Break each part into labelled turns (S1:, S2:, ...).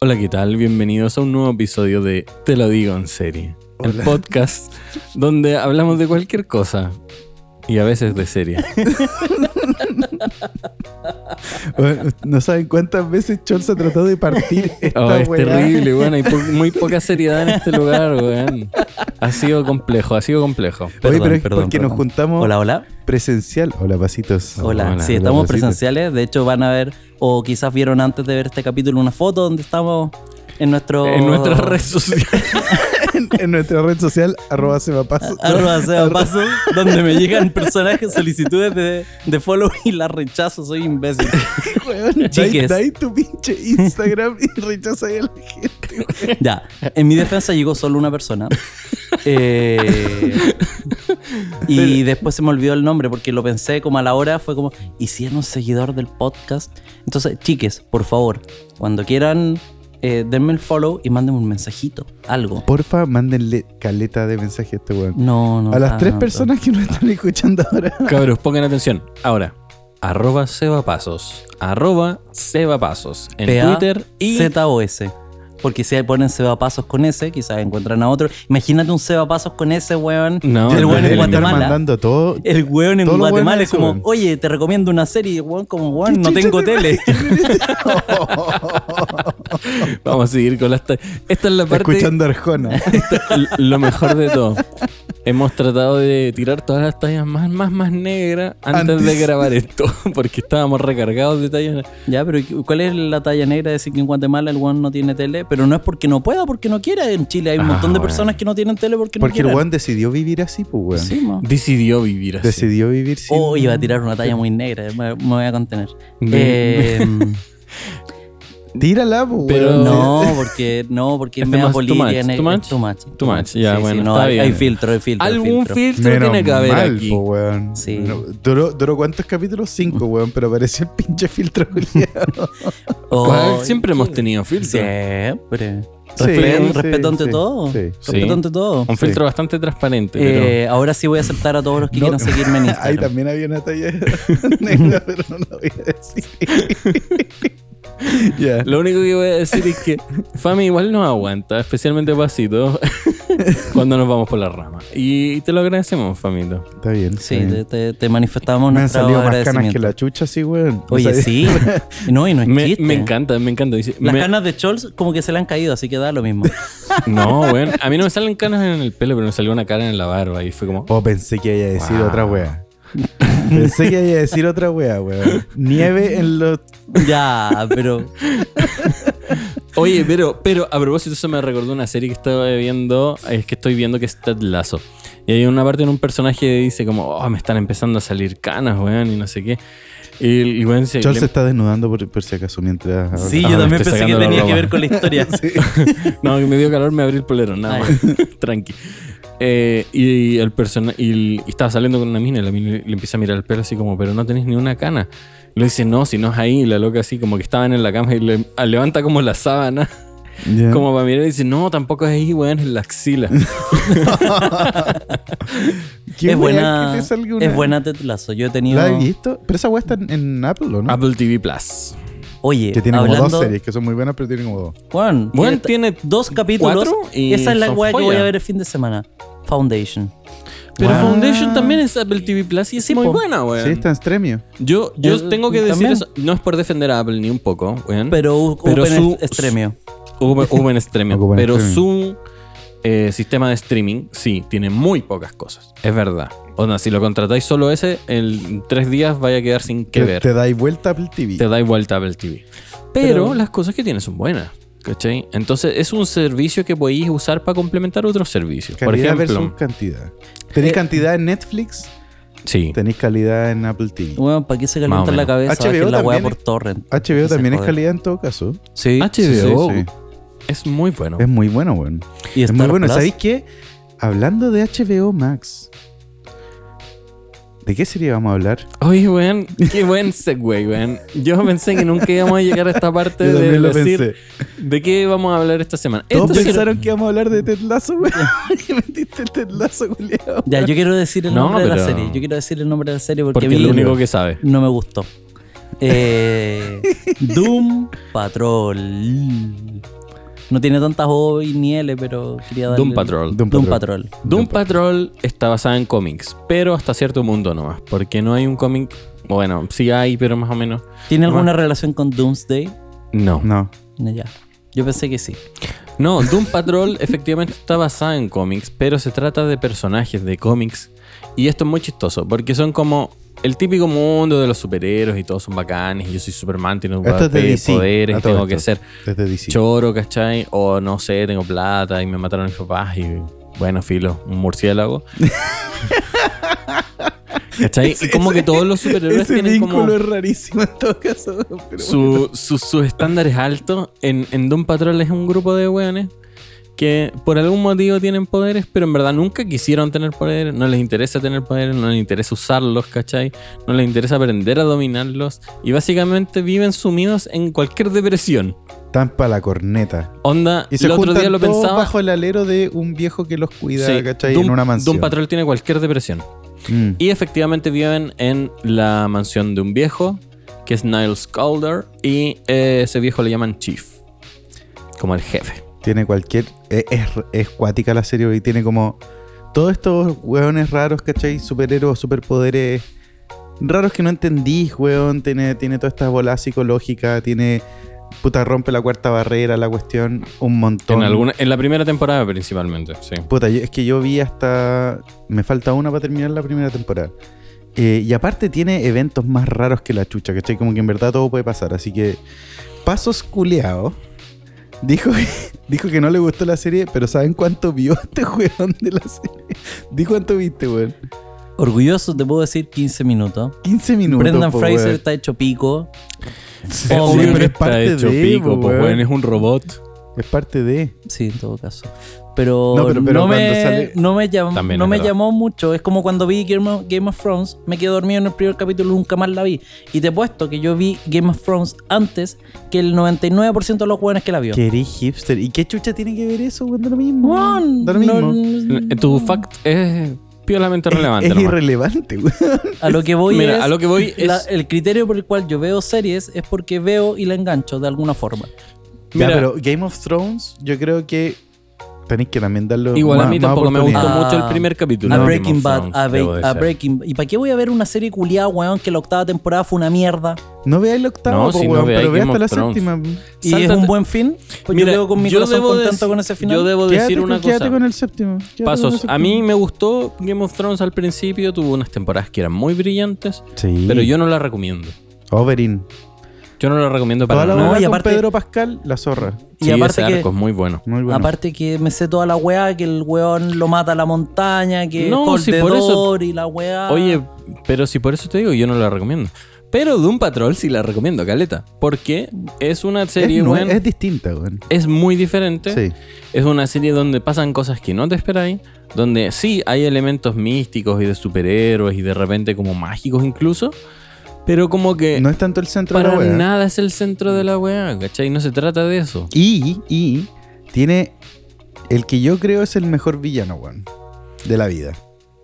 S1: Hola, ¿qué tal? Bienvenidos a un nuevo episodio de Te lo digo en serie. El
S2: Hola.
S1: podcast donde hablamos de cualquier cosa y a veces de serie.
S2: Bueno, no saben cuántas veces Chol se trató de partir esta
S1: Oh, es
S2: weá.
S1: terrible, weón. Hay po- muy poca seriedad en este lugar, weón. Ha sido complejo, ha sido complejo.
S2: Oye,
S3: Perdón,
S2: pero es
S3: perdón,
S2: porque nos
S3: perdón.
S2: juntamos
S3: Hola, hola.
S2: presencial. Hola, pasitos.
S3: Hola.
S1: hola,
S3: sí,
S2: hola,
S3: estamos
S2: Rosita.
S3: presenciales. De hecho, van a ver, o quizás vieron antes de ver este capítulo, una foto donde estamos en nuestro.
S1: En nuestras redes sociales.
S2: en, en nuestra red social, arroba sebapaso.
S3: Arroba Seba Paso, donde me llegan personajes, solicitudes de, de follow y las rechazo, soy imbécil.
S2: Weón, dai,
S3: Chiques.
S2: dai tu pinche Instagram y rechaza ahí a la gente.
S3: Ya, en mi defensa llegó solo una persona. Eh, y después se me olvidó el nombre porque lo pensé como a la hora, fue como, ¿y si era un seguidor del podcast? Entonces, chiques, por favor, cuando quieran, eh, denme el follow y mándenme un mensajito, algo.
S2: Porfa, mándenle caleta de mensaje a este weón.
S3: No, no.
S2: A las tres
S3: tanto.
S2: personas que nos están escuchando ahora.
S1: Cabros, pongan atención. Ahora, arroba sebapasos. Arroba sebapasos. En
S3: PA,
S1: Twitter y...
S3: ZOS. Porque si ahí ponen Seba Pasos con S, quizás encuentran a otro. Imagínate un Seba Pasos con S, weón.
S1: No,
S3: el
S1: no, no,
S3: weón en
S1: no.
S2: Deben estar
S3: Guatemala.
S2: mandando todo.
S3: El weón en
S2: Todos los
S3: Guatemala
S2: weones
S3: es como,
S2: suben.
S3: oye, te recomiendo una serie, weón, como,
S2: ¿Qué
S3: weón, no
S2: chucha
S3: tengo
S2: te
S3: tele.
S1: Vamos a seguir con las... ta- Esta es la parte...
S2: Escuchando Arjona.
S1: L- lo mejor de todo. Hemos tratado de tirar todas las tallas más, más, más negras antes,
S2: Antes.
S1: de grabar esto, porque estábamos recargados de tallas.
S3: ya, pero ¿cuál es la talla negra de decir que en Guatemala el weón no tiene tele? Pero no es porque no pueda, porque no quiera. En Chile hay un
S1: Ah,
S3: montón de
S1: weón.
S3: personas que no tienen tele porque no
S2: Porque el
S3: quieran.
S2: weón decidió vivir así, pues weón.
S3: Sí, mo.
S1: Decidió vivir así.
S2: Decidió vivir sin.
S3: Oh, iba a tirar una talla muy negra, eh, me, me voy a contener.
S1: De-
S3: Em,
S2: Tírala, pues
S1: Pero-
S2: weón.
S3: No, porque no, porque
S1: Es
S3: me da
S1: demasiado- too
S3: política
S1: much,
S3: en el-
S1: too much,
S3: too much,
S1: too much. Ya,
S3: Sí, sí,
S1: bueno,
S3: no,
S1: está
S3: hay,
S1: bien.
S3: hay filtro, hay filtro. hay
S1: Algún
S3: filtro.
S1: filtro tiene que haber
S2: mal,
S1: aquí.
S2: po, weón.
S3: Sí.
S2: No, duró, duró cuántos capítulos? Cinco, weón, pero apareció el pinche filtro culiao.
S3: Oh,
S1: Bueno, Siempre hemos
S3: sí.
S1: tenido filtro.
S3: Siempre.
S2: Sí,
S3: Respeto-
S2: sí,
S3: respeto ante
S2: sí,
S3: todo.
S2: sí.
S3: Respeto ante todo.
S1: Un filtro bastante transparente.
S3: Eh, Ahora sí voy a aceptar a todos los que
S2: No.
S3: quieran seguirme en
S2: Ahí
S3: Instagram.
S2: también había una talla negra, pero no la voy a decir. Ya.
S1: pero lo único que voy a decir es que Fami igual nos aguanta, especialmente pasito, cuando nos vamos por la rama. Y te lo agradecemos, Famito.
S2: Está bien.
S3: Sí,
S2: está
S3: te,
S2: bien.
S3: te- te manifestamos
S2: Me han
S3: nuestro
S2: salido más canas que
S3: agradecimiento.
S2: la chucha, sí, weón. No
S3: Oye,
S2: sabía-
S3: sí. No, y no es
S1: Me,
S3: chiste.
S1: me encanta, me encanta. Dice,
S3: Las
S1: me-
S3: canas de Chols como que se le han caído, así que da lo mismo.
S1: No, weón. A mí no me salen canas en el pelo, pero me salió una cara en la barba y fue como.
S2: Oh, pensé que iba a decir
S1: Wow.
S2: otra wea. Pensé que iba a decir otra wea, weón. Nieve en los.
S3: ya, pero
S1: Oye, pero, pero a propósito, eso me recordó una serie que estaba viendo. Es que estoy viendo que es Ted Lazo. Y hay una parte en un personaje que dice como, oh, me están empezando a salir canas, weón, y no sé qué. Y el weón se.
S2: Charles se
S1: le-
S2: está desnudando por, por si acaso mientras. habla.
S3: sí,
S1: Ah, me
S3: yo también
S1: estoy
S3: pensé que
S1: sacando la
S3: tenía que
S1: broma.
S3: ver con la historia.
S1: No, que me dio calor, me abrí el polero, nada más. Tranqui. Eh, y el persona y, el- y estaba saliendo con una mina y la mina le empieza a mirar el pelo así como, pero no tenés ni una cana. Y le dice, no, si no es ahí, y la loca así como que estaban en la cama y le- ah, levanta como la sábana.
S2: Ya.
S1: Como para mirar y dice, no, tampoco es ahí, weón, es en la axila.
S2: ¿Qué wea
S3: es buena,
S2: que te salga una-
S3: es buena Ted Lasso. Yo he tenido.
S2: ¿La he visto? Pero esa weá está en, en Apple, ¿o no?
S1: Apple TV Plus.
S3: Oye,
S2: Que tiene
S3: hablando,
S2: como dos series que son muy buenas, pero tienen como dos.
S3: Juan,
S1: Bueno,
S3: tiene
S1: tiene
S3: dos capítulos.
S1: cuatro y
S3: Esa es la
S1: son
S3: weá que
S1: joya.
S3: voy a ver el fin de semana. Foundation.
S1: Pero
S2: Wow.
S1: Foundation también es Apple TV Plus y es
S3: Sí,
S1: muy
S3: po.
S1: buena, weón.
S2: Sí, está en Stremio.
S1: Yo, yo
S3: Eh,
S1: tengo que decir
S3: también.
S1: eso. No es por defender a Apple ni un poco, weón.
S3: Pero, u-
S1: Pero
S3: open
S1: su-
S3: est- extremio.
S1: Hubo, hubo en streaming.
S2: Hubo en
S1: pero
S2: streaming.
S1: su eh, sistema de streaming, sí, tiene muy pocas cosas. Es verdad. O sea, si lo contratáis solo ese, en tres días vaya a quedar sin que
S2: Que
S1: ver.
S2: Te
S1: Te,
S2: dais vuelta a Apple TV.
S1: da igual Apple TV. Pero,
S3: Pero-
S1: las cosas que tiene son buenas. ¿Cachai? Entonces es un servicio que podéis usar para complementar otros servicios. Por
S2: Calidad versus
S1: ejemplo,
S2: cantidad. Tenéis
S3: Eh,
S2: cantidad en Netflix,
S1: sí.
S2: tenéis calidad en Apple TV.
S3: Weón, ¿para qué se
S1: Más o
S3: calientan la
S1: menos.
S3: cabeza?
S2: HBO
S3: Bajen la weá
S2: también
S3: por
S2: es-
S3: torrent.
S2: HBO
S3: Ese
S2: también es Ah,
S3: joder.
S2: calidad en todo caso.
S3: Sí.
S1: HBO
S2: sí, sí.
S1: es muy bueno.
S2: Es muy bueno, weón.
S3: Y
S2: Es
S3: Star
S2: muy bueno.
S3: Plus.
S2: ¿Sabéis qué? Hablando de HBO Max, ¿de qué serie vamos a hablar?
S1: Oye, weón, qué buen segue, weón. Yo pensé que nunca íbamos a llegar a esta parte
S2: Yo
S1: de
S2: también lo
S1: decir
S2: pensé.
S1: de qué vamos a hablar esta semana.
S2: Todos
S1: Esta semana-
S2: pensaron que íbamos a hablar de Ted Lasso, weón. y metiste el Ted Lasso, culiao.
S3: Ya, yo quiero decir el
S1: No,
S3: nombre de la
S1: pero-
S3: serie. Yo quiero decir el nombre de la serie porque,
S1: Porque
S3: a
S1: es
S3: mí
S1: lo único que sabe.
S3: no me gustó. Eh, Doom Patrol. No tiene tantas O y ni L, pero quería darle...
S1: Doom Patrol.
S2: Doom
S3: Doom,
S2: Patrol.
S3: Patrol.
S1: Doom Patrol está basada en cómics, pero hasta cierto punto nomás, porque no hay un cómic, bueno, sí hay, pero más o menos
S3: ¿Tiene
S1: Bueno.
S3: alguna relación con Doomsday?
S1: no.
S2: No.
S3: No, ya. Yo pensé que sí.
S1: No, Doom Patrol efectivamente está basada en cómics, pero se trata de personajes de cómics. Y esto es muy chistoso, porque son como el típico mundo de los superhéroes y todos son bacanes. y Yo soy Superman, tengo
S2: Esto es de
S1: pe-
S2: DC,
S1: poderes,
S2: a
S1: y
S2: todo
S1: tengo
S2: esto.
S1: que ser
S2: Desde DC.
S1: choro, ¿cachai? O no sé, tengo plata y me mataron mis papás y bueno, filo, un murciélago. ¿Cachai? Y como que todos los superhéroes
S2: Ese
S1: tienen
S2: vínculo
S1: como
S2: es rarísimo en todo caso. pero
S1: su, su, su estándar es alto. En, en Doom Patrol es un grupo de weones que por algún motivo tienen poderes, pero en verdad nunca quisieron tener poderes. No les interesa tener poderes, no les interesa usarlos, ¿cachai? No les interesa aprender a dominarlos. Y básicamente viven sumidos en cualquier depresión.
S2: bueno, Tan para la corneta.
S1: Onda,
S2: Y se
S1: el otro
S2: juntan
S1: día lo
S2: todos
S1: pensaba.
S2: bajo el alero de un viejo que los cuida,
S1: sí,
S2: ¿cachai?
S1: Doom-
S2: en una mansión.
S1: Doom Patrol tiene cualquier depresión.
S2: Mm.
S1: Y efectivamente viven en la mansión de un viejo, que es Niles Calder, y eh, ese viejo le llaman Chief, como el jefe.
S2: Tiene cualquier. e- Es, es cuática la serie y tiene como. Todos estos hueones raros, ¿cachai? Superhéroes, superpoderes. Raros que no entendís, hueón. Tiene, tiene toda esta bola psicológica. Tiene. Puta, rompe la cuarta barrera, la cuestión. Un montón.
S1: En, alguna, en la primera temporada principalmente, sí.
S2: Puta, yo- es que yo vi hasta. Me falta una para terminar la primera temporada. Eh, y aparte tiene eventos más raros que la chucha, ¿cachai? Como que en verdad todo puede pasar. Así que. Pasos culeados. Dijo que, dijo que no le gustó la serie, pero ¿saben cuánto vio este weón de la serie? Di cuánto viste, weón.
S3: Orgulloso, te puedo decir 15 minutos.
S2: 15 minutos.
S3: Brendan
S2: po,
S3: Fraser
S2: weón.
S3: está hecho pico.
S2: Sí,
S3: obvio
S2: sí,
S3: que
S2: pero es
S1: está
S2: parte
S1: hecho
S2: de,
S1: pico,
S2: po,
S1: pues,
S2: weón.
S1: weón, es un robot.
S2: Es parte de.
S3: Sí, en todo caso. Pero
S2: No,
S3: no,
S2: pero- pero cuando
S3: me,
S2: sale-
S3: no me, llam-
S1: También
S3: no
S1: es
S3: me
S1: verdad.
S3: llamó mucho. Es como cuando vi Game of, Game of Thrones, me quedé dormido en el primer capítulo y nunca más la vi. Y te he puesto que yo vi Game of Thrones antes que el 99% de los jóvenes que la vio.
S2: Que eres hipster. ¿Y qué chucha tiene que ver eso, weón? Da lo mismo.
S3: Weón,
S2: Da lo mismo.
S3: no-
S1: Eh, Tu
S2: Mm.
S1: fact es puramente relevante.
S2: es
S1: nomás.
S2: irrelevante, weón.
S3: a lo que voy
S1: Mira,
S3: es-
S1: a lo que voy es-
S3: la- el criterio por el cual yo veo series es porque veo y la engancho de alguna forma.
S2: Ya,
S1: Mira,
S2: pero Game of Thrones, yo creo que tenéis que también darlo.
S1: igual a
S2: más-
S1: mí
S2: más
S1: tampoco me gustó
S2: oportunidad.
S3: oportunidad.
S1: mucho el
S3: Ah,
S1: primer capítulo.
S3: A
S1: de Game
S3: Breaking
S1: of
S3: Bad,
S1: Thrones,
S3: a,
S1: debo
S3: Bre- a
S1: decir.
S3: Breaking ¿Y para qué voy a ver una serie culiada, weón, que la octava temporada fue una mierda?
S2: No veáis la octava,
S1: No,
S2: po,
S1: si no
S2: weón,
S1: veáis
S2: pero ve
S1: Game
S2: hasta la
S1: of Thrones.
S2: séptima.
S3: ¿Y
S1: Sáltate-
S3: es un buen fin? Pues
S1: Mira,
S3: yo quedo con mi
S1: yo
S3: corazón
S1: debo
S3: contento
S1: dec-
S3: con ese final.
S1: Yo debo
S2: Quédate,
S1: decir
S2: con,
S1: una
S2: quédate
S1: cosa.
S2: con el séptimo. quédate
S1: Pasos.
S2: con el
S1: A mí
S2: séptimo.
S1: me gustó Game of Thrones al principio, tuvo unas temporadas que eran muy brillantes,
S2: Sí.
S1: pero yo no la recomiendo.
S2: Overin.
S1: Yo no la recomiendo
S2: Toda
S1: para
S2: la
S1: nada.
S3: No,
S2: no,
S3: y aparte-
S2: Pedro Pascal, la zorra.
S3: y
S1: Sí,
S3: aparte
S1: ese
S3: que-
S1: arco es muy bueno.
S2: Muy bueno.
S3: Aparte que me sé toda la weá, que el weón lo mata a la montaña, que
S1: No,
S3: Hold
S1: sí,
S3: the
S1: por eso-
S3: Door y la
S2: Ah.
S3: weá.
S1: Oye, pero si por eso te digo, yo no la recomiendo. Pero Doom Patrol sí la recomiendo, Caleta. Porque es una serie,
S2: es, nue-
S1: weón,
S2: es distinta, weón.
S1: es muy diferente.
S2: Sí.
S1: Es una serie donde pasan cosas que no te esperáis. Donde sí hay elementos místicos y de superhéroes y de repente como mágicos incluso. Pero como que
S2: No es tanto el centro
S1: Eh, para
S2: de la weá.
S1: nada es el centro de la weá, ¿cachai? No se trata de eso.
S2: Y, y tiene el que yo creo es el mejor villano, weón. De la vida.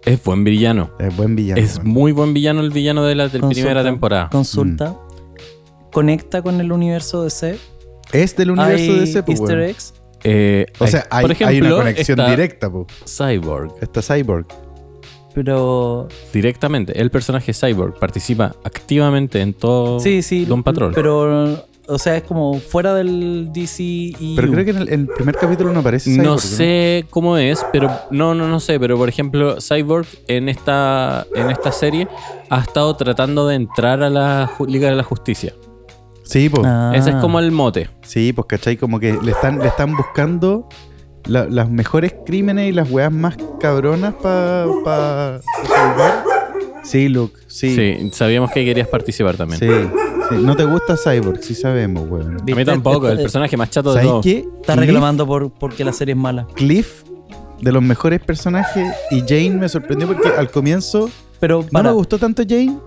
S1: Es buen villano.
S2: Es buen villano.
S1: Es
S2: weón.
S1: muy buen villano el villano de la de
S3: Consulta,
S1: primera temporada.
S3: Consulta.
S2: Mm.
S3: Conecta con el universo DC.
S2: Es del universo
S3: Hay
S2: de ese, po,
S3: Easter
S2: weón.
S3: eggs.
S1: Eh,
S2: O sea, hay,
S1: por
S2: hay
S1: ejemplo,
S2: una conexión
S1: está
S2: directa, po.
S1: Cyborg.
S2: Está Cyborg.
S3: Pero.
S1: directamente. El personaje Cyborg participa activamente en todo
S3: sí, sí.
S1: Don Patrol.
S3: Pero. O sea, es como fuera del E DC y.
S2: Pero creo que en el, en el primer capítulo no aparece Cyborg.
S1: no sé cómo es, pero no, no, no sé. Pero por ejemplo, Cyborg en esta, en esta serie ha estado tratando de entrar a la Ju- Liga de la Justicia.
S2: Sí, pues.
S3: Ah.
S1: Ese es como el mote.
S2: Sí, pues, ¿cachai? Como que le están, le están buscando la- las mejores crímenes y las weas más cabronas para pa resolver. Sí, Luke. Sí. Sí.
S1: Sí. sabíamos que querías participar también.
S2: sí. No te gusta Cyborg, sí sabemos, weón.
S1: A mí tampoco,
S3: Eh,
S1: el personaje más chato de
S2: ¿Sabes
S1: todos.
S2: qué?
S3: Está
S2: Cliff-
S3: reclamando por porque la serie es mala.
S2: Cliff, de los mejores personajes, y Jane me sorprendió porque al comienzo
S3: Pero
S2: no
S3: para.
S2: me gustó tanto Jane.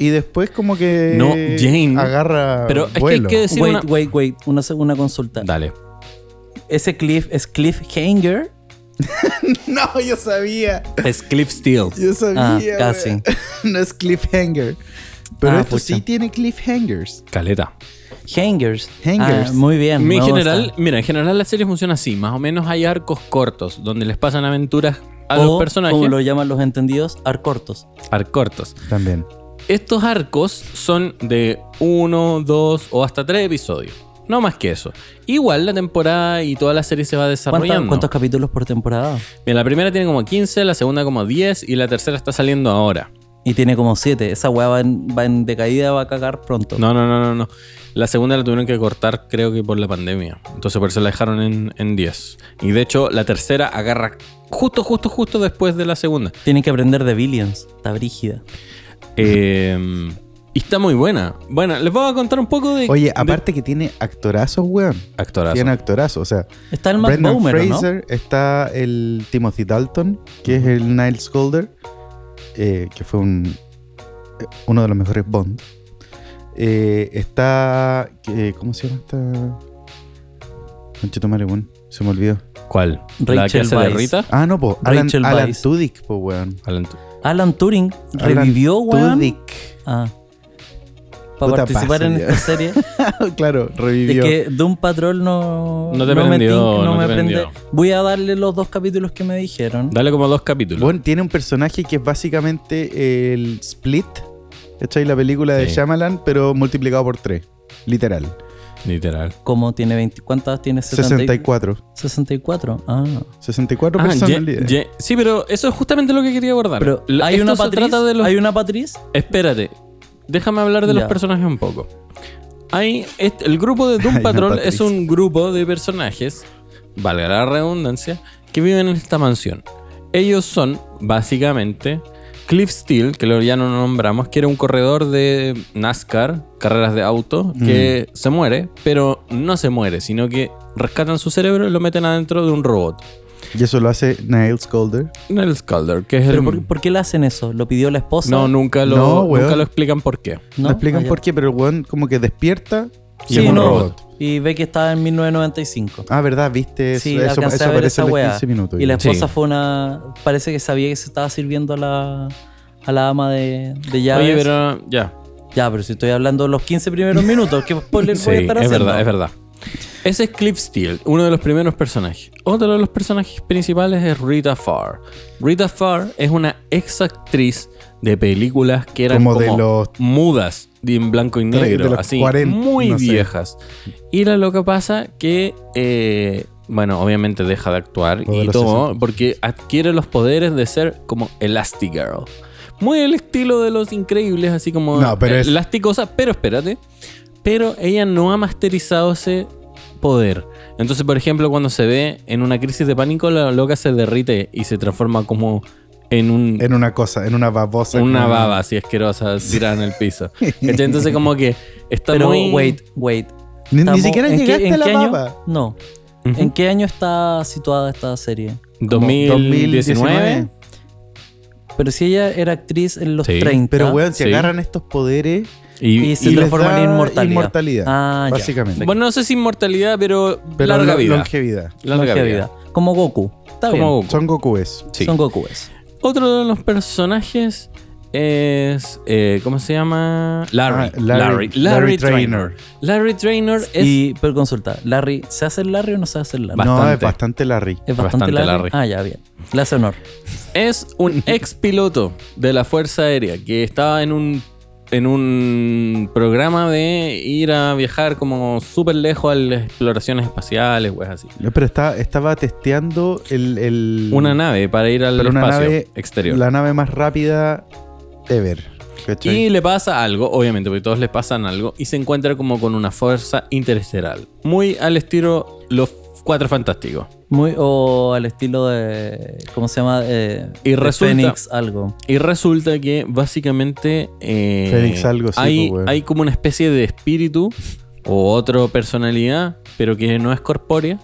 S2: Y después como que
S1: No, Jane.
S2: agarra
S1: Pero es que hay
S2: vuelo.
S1: que decir
S3: Wait,
S1: una-
S3: wait, wait. Una segunda consulta.
S1: Dale.
S3: Ese Cliff es Cliff Hanger.
S2: No, yo sabía.
S1: Es Cliff Steele.
S2: Yo sabía.
S3: Ah,
S2: güey.
S3: casi.
S2: no es cliffhanger. Pero
S3: Ah,
S2: esto
S3: pucha.
S2: sí tiene cliffhangers.
S1: Caleta.
S3: Hangers.
S2: Hangers.
S3: Ah, muy bien. me
S1: en
S3: gusta.
S1: general, mira, en general la serie funciona así. Más o menos hay arcos cortos donde les pasan aventuras a
S3: o,
S1: los personajes.
S3: Como lo llaman los entendidos, arcortos.
S1: Arcos cortos.
S2: También.
S1: Estos arcos son de uno, dos o hasta tres episodios. No más que eso. Igual la temporada y toda la serie se va
S3: ¿Cuánta-
S1: desarrollando.
S3: ¿Cuántos capítulos por temporada?
S1: Mira, la primera tiene como 15, la segunda como 10 y la tercera está saliendo ahora.
S3: Y tiene como siete. Esa weá va en, va en decaída, va a cagar pronto.
S1: No, no, no, no, no. La segunda la tuvieron que cortar, creo que por la pandemia. Entonces por eso la dejaron en, en 10. Y de hecho, la tercera agarra justo, justo, justo después de la segunda.
S3: Tienen que aprender de Billions. Está brígida.
S1: Eh, y está muy buena. Bueno, les voy a contar un poco de.
S2: Oye, aparte que tiene actorazos, weón.
S1: Actorazo.
S2: Tiene actorazos. O sea,
S3: Está el Matt
S2: Brendan
S3: Bomer, ¿no?
S2: Fraser, está el Timothy Dalton, que es el Niles Golder, eh, que fue un, eh, uno de los mejores Bond. Eh, está. que- ¿Cómo se llama esta.? Conchetumare, weón. Se me olvidó.
S1: ¿Cuál? ¿La que
S3: Rachel
S1: hace de
S3: Weisz.
S1: Rita?
S2: Ah, no, po. Alan,
S3: Rachel
S2: Alan
S3: Weisz.
S2: Tudyk, po, weón.
S1: Alan Tu-
S3: Alan Turing
S2: Alan
S3: revivió, weón.
S2: Tudyk.
S3: Ah. Para
S2: Puta,
S3: participar
S2: pasen
S3: en
S2: ya.
S3: esta serie.
S2: claro,
S3: Es
S2: revivió.
S3: que Doom Patrol no,
S1: No te
S3: me
S1: prendió,
S3: tinc-
S1: no te
S3: prende.
S1: prendió.
S3: Voy a darle los dos capítulos que me dijeron.
S1: Dale como dos capítulos.
S2: Bueno, tiene un personaje que es básicamente el Split, ¿cachai? La película de
S1: Sí.
S2: Shyamalan, pero multiplicado por 3, literal.
S1: Literal.
S3: Como tiene 20, ¿Cuántas tiene?
S2: 64.
S3: 64. Ah.
S2: 64
S1: Ah,
S2: personalidades.
S1: ye- ye- sí, pero eso es justamente lo que quería abordar.
S3: Pero
S1: L-
S3: hay
S1: esto
S3: una
S1: se
S3: Patriz.
S1: trata de los-
S3: Hay una Patriz.
S1: Espérate, déjame hablar de
S3: Ya.
S1: los personajes un poco. Hay est- el grupo de
S2: Hay
S1: Doom
S2: una
S1: Patrol es
S2: Patricia.
S1: un grupo de personajes, valga la redundancia, que viven en esta mansión. Ellos son, básicamente, Cliff Steele, que lo ya no lo nombramos, que era un corredor de NASCAR, carreras de auto, que se muere, pero no se muere, sino que rescatan su cerebro y lo meten adentro de un robot.
S2: Y eso lo hace Niles Calder.
S1: Nels Calder, que es
S3: ¿Pero
S1: el...
S3: por, por qué le hacen eso? ¿Lo pidió la esposa?
S1: No, nunca lo,
S2: No, weón.
S1: nunca lo explican por qué.
S2: No, explican
S3: Ah, ya.
S2: por qué, pero el weón como que despierta y
S1: Sí,
S2: es un
S1: no.
S2: robot.
S3: Y ve que estaba en 1995.
S2: Ah, ¿verdad? ¿Viste?
S3: Sí,
S2: eso eso,
S3: alcancé a ver
S2: aparece
S3: esa
S2: en los
S3: weá.
S2: 15 minutos.
S3: Y la
S1: Sí.
S3: esposa fue una. Parece que sabía que se estaba sirviendo a la, a la ama de, de llaves.
S1: Oye, pero ya,
S3: Ya, pero si estoy hablando de los 15 primeros minutos, ¿qué spoiler
S1: Sí,
S3: voy a estar
S1: es
S3: haciendo?
S1: verdad, es verdad. Ese es Cliff Steele, uno de los primeros personajes. Otro de los personajes principales es Rita Farr. Rita Farr es una ex actriz de películas que eran
S2: Como
S1: como,
S2: de los-
S1: mudas, de en blanco y
S2: de
S1: negro,
S2: los
S1: así,
S2: 40,
S1: muy
S2: no sé.
S1: viejas. Y la loca pasa que, eh, bueno, obviamente deja de actuar
S2: O de
S1: y
S2: los
S1: todo, porque adquiere los poderes de ser como Elastigirl. Muy el estilo de los increíbles, así como eh,
S2: No, pero es-
S1: elasticosa, pero espérate pero ella no ha masterizado ese poder. Entonces, por ejemplo, cuando se ve en una crisis de pánico, la loca se derrite y se transforma como en un,
S2: En una cosa, en una babosa.
S1: una
S2: como-
S1: baba así asquerosa tirada en el piso. ¿Cachai? Entonces, como que está
S3: Pero,
S1: muy.
S3: wait, wait.
S2: Ni, ni
S3: Estamos-
S2: siquiera
S3: ¿en qué-
S2: llegaste
S3: en
S2: a la
S3: qué año?
S2: baba.
S3: No.
S1: Ujú.
S3: ¿En qué año está situada esta serie?
S2: Como
S1: 2019.
S3: Pero si ella era actriz en los
S1: Sí.
S3: 30.
S2: Pero weón, se
S1: Sí.
S2: agarran estos poderes
S1: Y,
S3: Y Ah, se
S2: les
S3: transforman en
S2: da
S3: inmortalidad.
S2: inmortalidad,
S3: Ah, ya.
S2: básicamente.
S1: bueno, no sé si inmortalidad, pero,
S2: Pero
S1: larga
S2: lo-
S1: vida.
S2: longevidad.
S1: Larga
S3: Longevidad.
S1: vida.
S3: Como Goku. Está bien.
S1: Como Goku.
S2: Son Goku es.
S1: Sí.
S3: Son Goku es.
S1: Otro de los personajes es. eh, ¿Cómo se llama? Larry.
S2: Ah, Larry-
S1: Larry, Larry
S2: Larry
S1: Trainer.
S2: Trainer.
S1: Larry Trainer es.
S3: Y, pero consulta, Larry, ¿se hace el Larry o no se hace el Larry?
S2: No, es
S1: Bastante.
S2: bastante Larry.
S3: es bastante,
S1: bastante
S3: Larry.
S1: Larry.
S3: Ah, ya, bien. Le hace honor.
S1: Es un ex piloto de la Fuerza Aérea que estaba en un, en un programa de ir a viajar como súper lejos a las exploraciones espaciales, pues así.
S2: No, Pero está, estaba testeando el, el-
S1: Una nave para ir al
S2: Mm. pero una
S1: espacio
S2: nave-
S1: exterior.
S2: la nave más rápida ever. ¿cachai?
S1: Y le pasa algo, obviamente, porque todos les pasan algo, y se encuentra como con una fuerza interestelar. Muy al estilo los cuatro fantásticos.
S3: Muy, o al estilo de. ¿Cómo se llama? Eh,
S1: Y
S3: de
S1: resulta-
S3: Fénix, algo.
S1: Y resulta que básicamente eh,
S2: Fénix algo, sí,
S1: hay,
S2: pues, weón.
S1: hay como una especie de espíritu o otra personalidad, pero que no es corpórea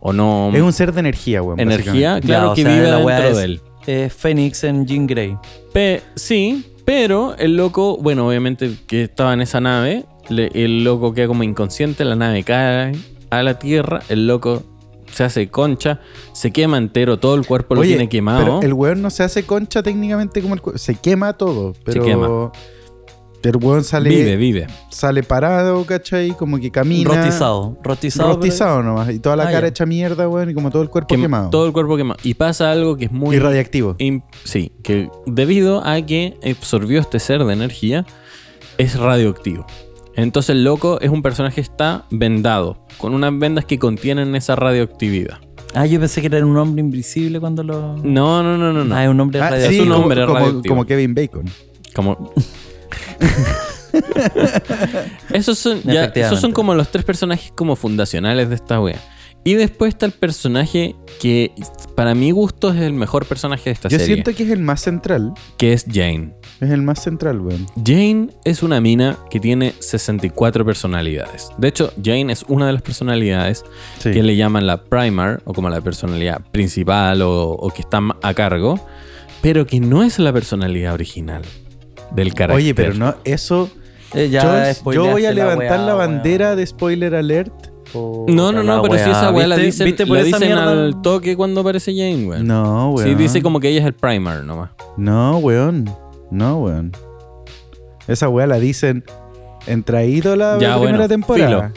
S1: o no
S2: es un ser de energía, weón.
S1: energía, claro
S3: o
S1: que
S3: sea,
S1: vive
S3: la wea
S1: dentro
S3: es-
S1: de él.
S3: Eh, Fénix en Jean Grey.
S1: Pe- sí, pero el loco, bueno, obviamente que estaba en esa nave, le- el loco queda como inconsciente, la nave cae a la tierra, el loco se hace concha, se quema entero, todo el cuerpo lo
S2: Oye,
S1: tiene quemado.
S2: Pero el weón no se hace concha técnicamente como el cu- Se quema todo. Pero
S1: quema.
S2: El weón sale,
S1: Vive, vive.
S2: sale parado, ¿cachai? Como que camina.
S3: Rotizado. Rotizado. pero-
S2: Rostizado nomás. Y toda la
S3: Ah,
S2: cara
S3: ya.
S2: hecha mierda, weón. Y como todo el cuerpo
S1: Quem-
S2: quemado.
S1: Todo el cuerpo quemado. Y pasa algo que es muy.
S2: y radiactivo.
S1: im- sí, que debido a que absorbió este ser de energía, es radioactivo. Entonces el loco es un personaje que está vendado, con unas vendas que contienen esa radioactividad.
S3: Ah, yo pensé que era un hombre invisible cuando lo.
S1: No, no, no, no. no.
S3: Ah, es un hombre
S2: Ah,
S3: radiactivo.
S1: sí,
S3: Es un
S1: como-
S3: hombre-
S1: hombre
S2: como, como,
S1: radioactivo.
S2: como Kevin Bacon.
S1: Como... esos, son, ya- esos son
S3: Efectivamente.
S1: como los tres personajes como fundacionales de esta wea. Y después está el personaje que para mi gusto es el mejor personaje de esta
S2: Yo
S1: serie,
S2: siento que es el más central.
S1: que es Jane.
S2: Es el más central, weón.
S1: Jane es una mina que tiene 64 personalidades. De hecho, Jane es una de las personalidades
S2: Sí.
S1: que le llaman la primar o como la personalidad principal o, o que está a cargo, pero que no es la personalidad original del carácter.
S2: Oye, pero no, eso.
S3: Eh, ya
S2: Joyce, yo
S3: spoileaste
S2: voy a
S3: la
S2: levantar
S3: weá,
S2: la
S3: weón.
S2: bandera de spoiler alert. o-
S1: No, no,
S3: Puta
S1: no,
S3: la
S1: pero si
S3: weá.
S1: esa weá la
S3: ¿Viste-
S1: dicen,
S3: viste por
S1: la
S3: esa
S1: dicen
S3: mierda?
S1: al toque cuando aparece Jane, weón.
S2: No, weón.
S1: Sí, dice como que ella es el primer nomás.
S2: No, weón. No, weón. Esa weá la dicen en traído la
S1: Ya,
S2: primera
S1: bueno,
S2: temporada.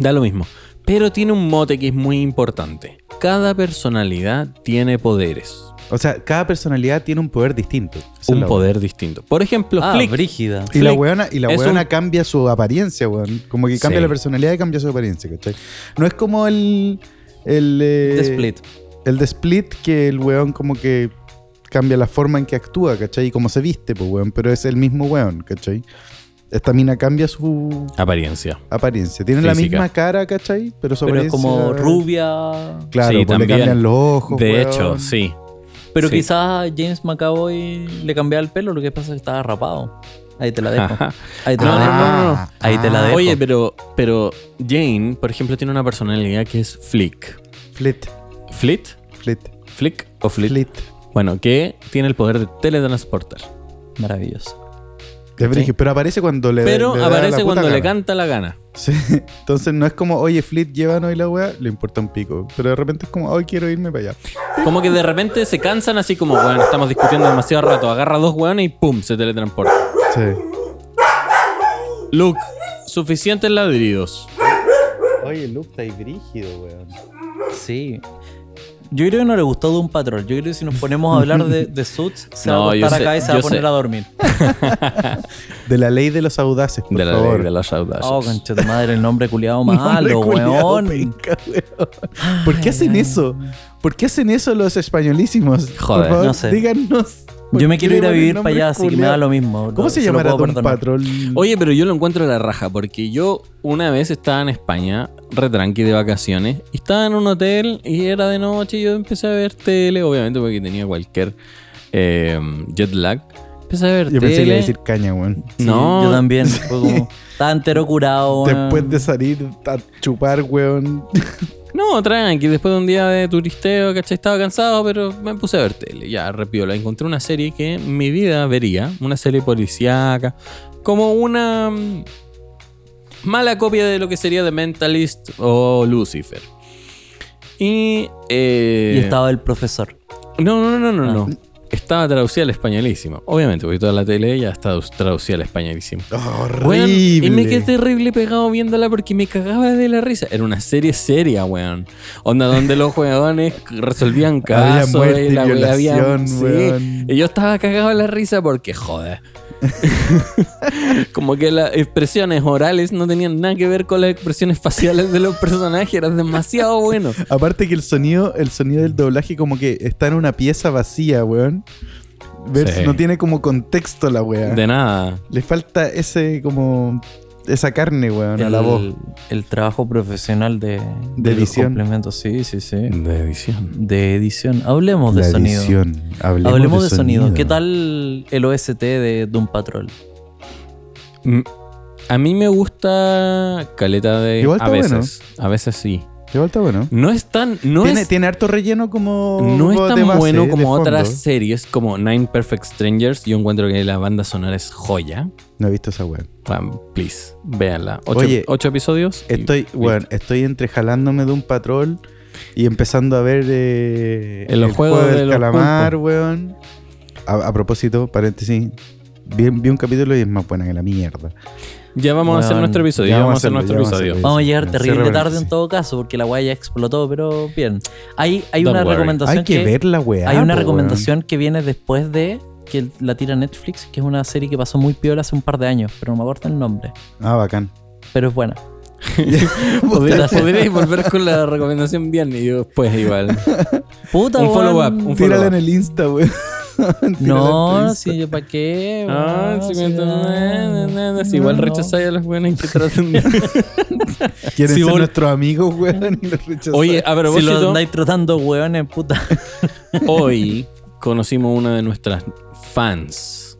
S1: Da lo mismo. Pero tiene un mote que es muy importante. Cada personalidad tiene poderes.
S2: O sea, cada personalidad tiene un poder distinto. Esa es
S1: un
S2: la
S1: poder distinto. Por ejemplo,
S3: Ah,
S1: Flick.
S3: brígida.
S2: Y la
S1: Flick
S2: weona, y la
S1: es
S2: weona
S1: un-
S2: cambia su apariencia, weón. Como que cambia
S1: Sí.
S2: la personalidad y cambia su apariencia, ¿cachai? No es como el. El eh,
S3: The Split.
S2: El de Split, que el weón como que cambia la forma en que actúa, ¿cachai? Y cómo se viste, pues, weón. Pero es el mismo weón, ¿cachai? Esta mina cambia su
S1: Apariencia.
S2: apariencia. Tiene la
S1: Física.
S2: misma cara, ¿cachai? Pero su
S3: Pero es
S2: apariencia.
S3: como rubia.
S2: Claro,
S1: Sí,
S2: pues le
S1: también.
S2: cambian los ojos.
S1: de
S2: weón.
S1: hecho, sí.
S3: Pero
S1: Sí.
S3: quizás James McAvoy le cambiaba el pelo, lo que pasa es que estaba rapado. Ahí te la dejo.
S1: Ajá.
S3: Ahí te
S1: No,
S3: la
S1: no,
S3: dejo.
S1: no, no,
S2: Ah,
S3: Ahí te la dejo.
S1: Oye, pero, pero Jane, por ejemplo, tiene una personalidad que es Flick.
S2: Flit,
S1: ¿Flit?
S2: flit,
S1: ¿Flick o Flit?
S2: flit.
S1: Bueno, que tiene el poder de teletransportar.
S3: Maravilloso.
S2: Es brígido, Pero aparece cuando le
S1: Pero
S2: le da la
S1: aparece
S2: puta
S1: cuando le
S2: gana.
S1: canta la gana.
S2: Sí. Entonces no es como, oye, Flit, llévanos y la weá, le importa un pico. Pero de repente es como, hoy quiero irme para allá.
S1: Como que de repente se cansan así como, bueno, estamos discutiendo demasiado rato. Agarra dos hueones y pum, se teletransporta.
S2: Sí.
S1: Luke, suficientes ladridos.
S2: Oye, Luke, está ahí brígido, weón.
S3: Sí. Yo creo que no le gustó de un patrón. Yo creo que si nos ponemos a hablar de, de Suits, se
S1: No,
S3: va a
S1: yo
S3: acostar
S1: sé,
S3: acá y se va
S1: yo
S3: a poner
S1: sé.
S3: a dormir.
S2: De la ley de los audaces, por
S1: De la
S2: favor.
S1: ley de los audaces.
S3: Oh, concha de madre, el nombre culiado
S2: Hombre
S3: malo,
S2: culiao,
S3: weón.
S2: penca, weón. ¿Por qué hacen eso? ¿Por qué hacen eso los españolísimos?
S1: Joder,
S2: por favor,
S3: no sé.
S2: díganos. ¿por
S3: Yo me
S2: qué
S3: quiero ir a
S2: le ponen
S3: vivir para
S2: nombres
S3: allá, así que me
S2: culiao?
S3: da lo mismo.
S2: ¿Cómo
S3: Lo-
S2: se
S3: lo
S2: llamará
S3: puedo
S2: Don
S3: perdonar.
S2: Patrol?
S1: Oye, pero yo lo encuentro a la raja porque yo una vez estaba en España, retranqui de vacaciones, y estaba en un hotel y era de noche y yo empecé a ver tele, obviamente porque tenía cualquier eh, jet lag. Empecé a ver
S2: Yo pensé que iba
S1: tele.
S2: a decir caña, weón.
S3: Sí,
S1: No.
S3: Yo también. Fue como, estaba entero curado, weón.
S2: Después de salir a chupar, weón.
S1: No, tranqui, después de un día de turisteo, ¿cachai? Estaba cansado, pero me puse a ver tele. Ya, repiola, encontré una serie que en mi vida vería, una serie policíaca, como una mm, mala copia de lo que sería The Mentalist o Lucifer. Y... eh,
S3: Y estaba el profesor.
S1: No, no, no, no,
S3: Ah.
S1: no. Estaba traducida al españolísimo. Obviamente, porque toda la tele ya está traducida al españolísimo. Weón,
S2: Horrible.
S1: y me quedé
S3: este-
S1: terrible pegado viéndola porque me cagaba de la risa. Era una serie seria, weón. Onda donde los weones resolvían
S2: Había
S1: casos.
S2: muerte
S1: y
S2: y
S1: la wea había-
S2: violación,
S1: sí.
S2: weón.
S1: Y yo estaba cagado de la risa porque, joder. Como que las expresiones orales no tenían nada que ver con las expresiones faciales de los personajes. Era demasiado bueno.
S2: Aparte que el sonido, el sonido del doblaje como que está en una pieza vacía, weón. Vers-
S1: Sí.
S2: No tiene como contexto la weá.
S1: De nada.
S2: Le falta ese como esa carne, weón, a
S3: el,
S2: la voz.
S3: el trabajo profesional de,
S2: De
S3: los
S2: edición. Mm.
S3: complementos. Sí, sí, sí.
S1: De edición.
S3: De edición. Hablemos de
S2: La
S3: sonido.
S2: edición. Hablemos,
S3: Hablemos de, sonido. ¿Qué tal el OST de Doom Patrol?
S1: Mm, A mí me gusta caleta de
S2: Igual
S1: a
S2: está
S1: veces, a veces sí.
S2: De vuelta, bueno.
S1: No es tan no
S2: tiene,
S1: es,
S2: tiene harto relleno como
S1: no es
S2: como
S1: tan
S2: de base,
S1: bueno
S2: de
S1: como
S2: fondo.
S1: otras series como Nine Perfect Strangers. Yo encuentro que la banda sonora es joya.
S2: No he visto esa weón.
S1: Juan, please, véanla. Ocho,
S2: Oye,
S1: ocho episodios. y
S2: Estoy,
S1: listo.
S2: weón, estoy entre jalándome de un patrón y empezando a ver eh,
S1: En los juegos
S2: juego
S1: de
S2: del
S1: los
S2: calamar, weón. A, a propósito, paréntesis, Vi, vi un capítulo y es más buena que la mierda.
S1: Ya vamos a hacer
S3: Bueno,
S1: nuestro episodio.
S2: ya
S1: Ya vamos a
S2: vamos a
S1: hacer
S2: hacerlo,
S1: nuestro
S2: ya vamos a
S1: episodio.
S2: hacerlo.
S3: Vamos a llegar
S2: Sí,
S3: terrible
S2: realmente
S3: tarde
S2: sí.
S3: en todo caso, porque la weá ya explotó, pero bien. Hay, hay
S1: Don't
S3: una
S1: worry.
S3: recomendación.
S2: Hay que, ver la weá.
S3: Hay una
S2: po,
S3: recomendación que viene después de que la tira Netflix, que es una serie que pasó muy piola hace un par de años, pero no me acuerdo el nombre.
S2: weón. Ah, bacán.
S3: Pero es buena.
S1: Podría-
S3: Gracias.
S1: Podríais volver con la recomendación bien y yo después igual.
S3: Puta,
S1: Un
S3: weón.
S1: follow-up, un
S2: Tírala en
S1: follow-up.
S2: el Insta, weón. Tírala en tu
S3: No,
S2: Insta.
S3: si yo para qué.
S1: Ah,
S3: weón,
S1: sí,
S3: si
S1: mientras-
S3: no,
S1: na, na, na, na, si
S3: no,
S1: igual
S3: no.
S1: rechazáis a las buenas que tratan de.
S2: Quieren
S1: Si
S2: ser
S1: vol-
S2: nuestros amigos, weón. Y los rechazaron.
S1: Oye, a
S3: Si lo
S1: propósito,
S3: andáis tratando, weones, puta.
S1: hoy conocimos una de nuestras fans.